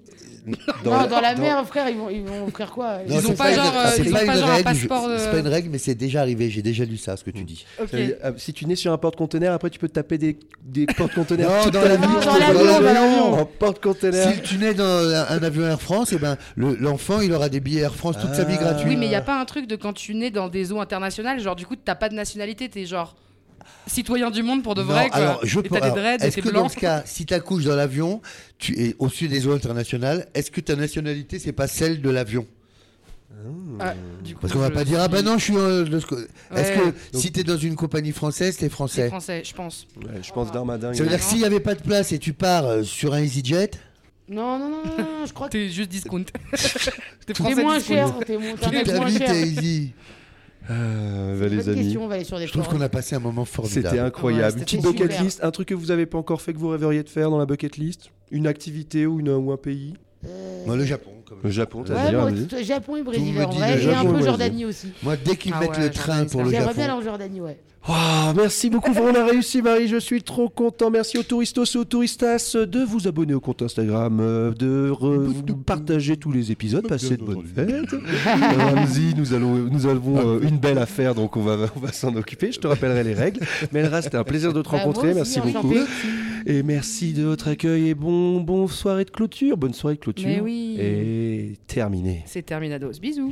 Speaker 4: non, dans la mer, frère, ils vont, ils vont frère quoi
Speaker 2: Non,
Speaker 3: Ils
Speaker 2: c'est
Speaker 3: ont pas
Speaker 2: une-
Speaker 3: genre, euh,
Speaker 2: c'est
Speaker 3: ils ont
Speaker 2: une
Speaker 3: pas genre un
Speaker 2: règle, je-
Speaker 3: passeport, euh,
Speaker 2: C'est pas une règle, mais c'est déjà arrivé. J'ai déjà lu ça, ce que tu dis.
Speaker 3: Ok.
Speaker 1: Ça veut dire, euh, si tu nais sur un porte-conteneur, après tu peux te taper des, des porte-conteneurs.
Speaker 2: Non,
Speaker 1: toute
Speaker 2: dans
Speaker 1: ta
Speaker 2: l'avion,
Speaker 1: vie,
Speaker 4: dans
Speaker 1: tu
Speaker 4: l'avion,
Speaker 1: vas
Speaker 4: dans
Speaker 1: jouer
Speaker 4: l'avion.
Speaker 1: En porte-conteneur.
Speaker 2: Si tu nais dans un, un avion Air France, et ben le- l'enfant il aura des billets Air France toute sa vie gratuite.
Speaker 3: Oui, mais il n'y a pas un truc de quand tu nais dans des eaux internationales, genre du coup, t'as pas de nationalité, t'es genre citoyen du monde pour de vrai.
Speaker 2: Non,
Speaker 3: quoi.
Speaker 2: alors, je
Speaker 3: et
Speaker 2: peux-
Speaker 3: t'as
Speaker 2: alors,
Speaker 3: des dreads, et
Speaker 2: Est-ce
Speaker 3: t'es
Speaker 2: que
Speaker 3: blanc.
Speaker 2: dans ce cas, si t'accouches dans l'avion, tu es au-dessus des eaux internationales, est-ce que ta nationalité c'est pas celle de l'avion
Speaker 3: Ah, du coup,
Speaker 2: Parce qu'on va
Speaker 3: je-
Speaker 2: pas dire ah ben non je suis. euh, de ce co- Est-ce
Speaker 3: Ouais.
Speaker 2: que si t'es dans une compagnie française t'es
Speaker 3: C'est
Speaker 2: français
Speaker 3: français, je pense.
Speaker 1: Ouais, je pense Darmadin.
Speaker 2: Ça veut
Speaker 1: il-
Speaker 2: dire que s'il y avait pas de place et tu pars euh, sur un EasyJet,
Speaker 4: Non, non, non, non, non, je crois que
Speaker 3: T'es juste
Speaker 2: (laughs)
Speaker 3: discount. T'es
Speaker 4: t'es
Speaker 3: français
Speaker 4: moins
Speaker 3: discount.
Speaker 4: cher. T'es moins
Speaker 2: toute
Speaker 4: t'es
Speaker 2: ta
Speaker 4: moins
Speaker 2: vie
Speaker 4: cher.
Speaker 2: t'es easy.
Speaker 1: Euh, bah,
Speaker 4: Bonne
Speaker 1: les amis.
Speaker 4: question, on va aller sur des
Speaker 2: Je trouve
Speaker 4: forums.
Speaker 2: qu'on a passé un moment
Speaker 1: C'était
Speaker 2: formidable.
Speaker 3: Ouais,
Speaker 1: incroyable.
Speaker 3: c'était
Speaker 1: une petite
Speaker 3: super.
Speaker 1: bucket list, un truc que vous avez pas encore fait que vous rêveriez de faire dans la bucket list Une activité ou, une, ou un pays
Speaker 4: Euh,
Speaker 2: Moi le Japon. comme-
Speaker 1: Le Japon, t'as
Speaker 4: Ouais,
Speaker 1: dit,
Speaker 4: moi,
Speaker 1: vas-y.
Speaker 4: t- Japon et
Speaker 2: Tout
Speaker 4: Brésil
Speaker 2: me
Speaker 4: en
Speaker 2: dit
Speaker 4: vrai,
Speaker 2: le
Speaker 4: et un
Speaker 1: Japon et
Speaker 4: peu
Speaker 1: Brésil.
Speaker 4: Jordanie aussi.
Speaker 2: Moi dès qu'ils
Speaker 3: Ah
Speaker 2: mettent
Speaker 3: ouais,
Speaker 2: le train
Speaker 3: j'en ai
Speaker 2: pour le
Speaker 4: J'aimerais bien aller
Speaker 2: Japon.
Speaker 4: en Jordanie, ouais.
Speaker 1: Ah, merci beaucoup, on a réussi Marie, je suis trop content. Merci aux touristos et aux touristas de vous abonner au compte Instagram, euh, de re- vous partager tous les épisodes, passez de bonnes fêtes. Euh, Ramzi, nous, allons, nous avons euh, une belle affaire, donc on va, on va s'en occuper, je te rappellerai les règles. Melra, c'était un plaisir de te
Speaker 4: Bah, moi
Speaker 1: rencontrer, merci
Speaker 4: aussi,
Speaker 1: beaucoup.
Speaker 4: enchantée.
Speaker 1: Et merci de votre accueil et bon, bon soirée de clôture, bonne soirée de clôture.
Speaker 3: Mais oui.
Speaker 1: Et terminé.
Speaker 3: C'est Terminados. Bisous.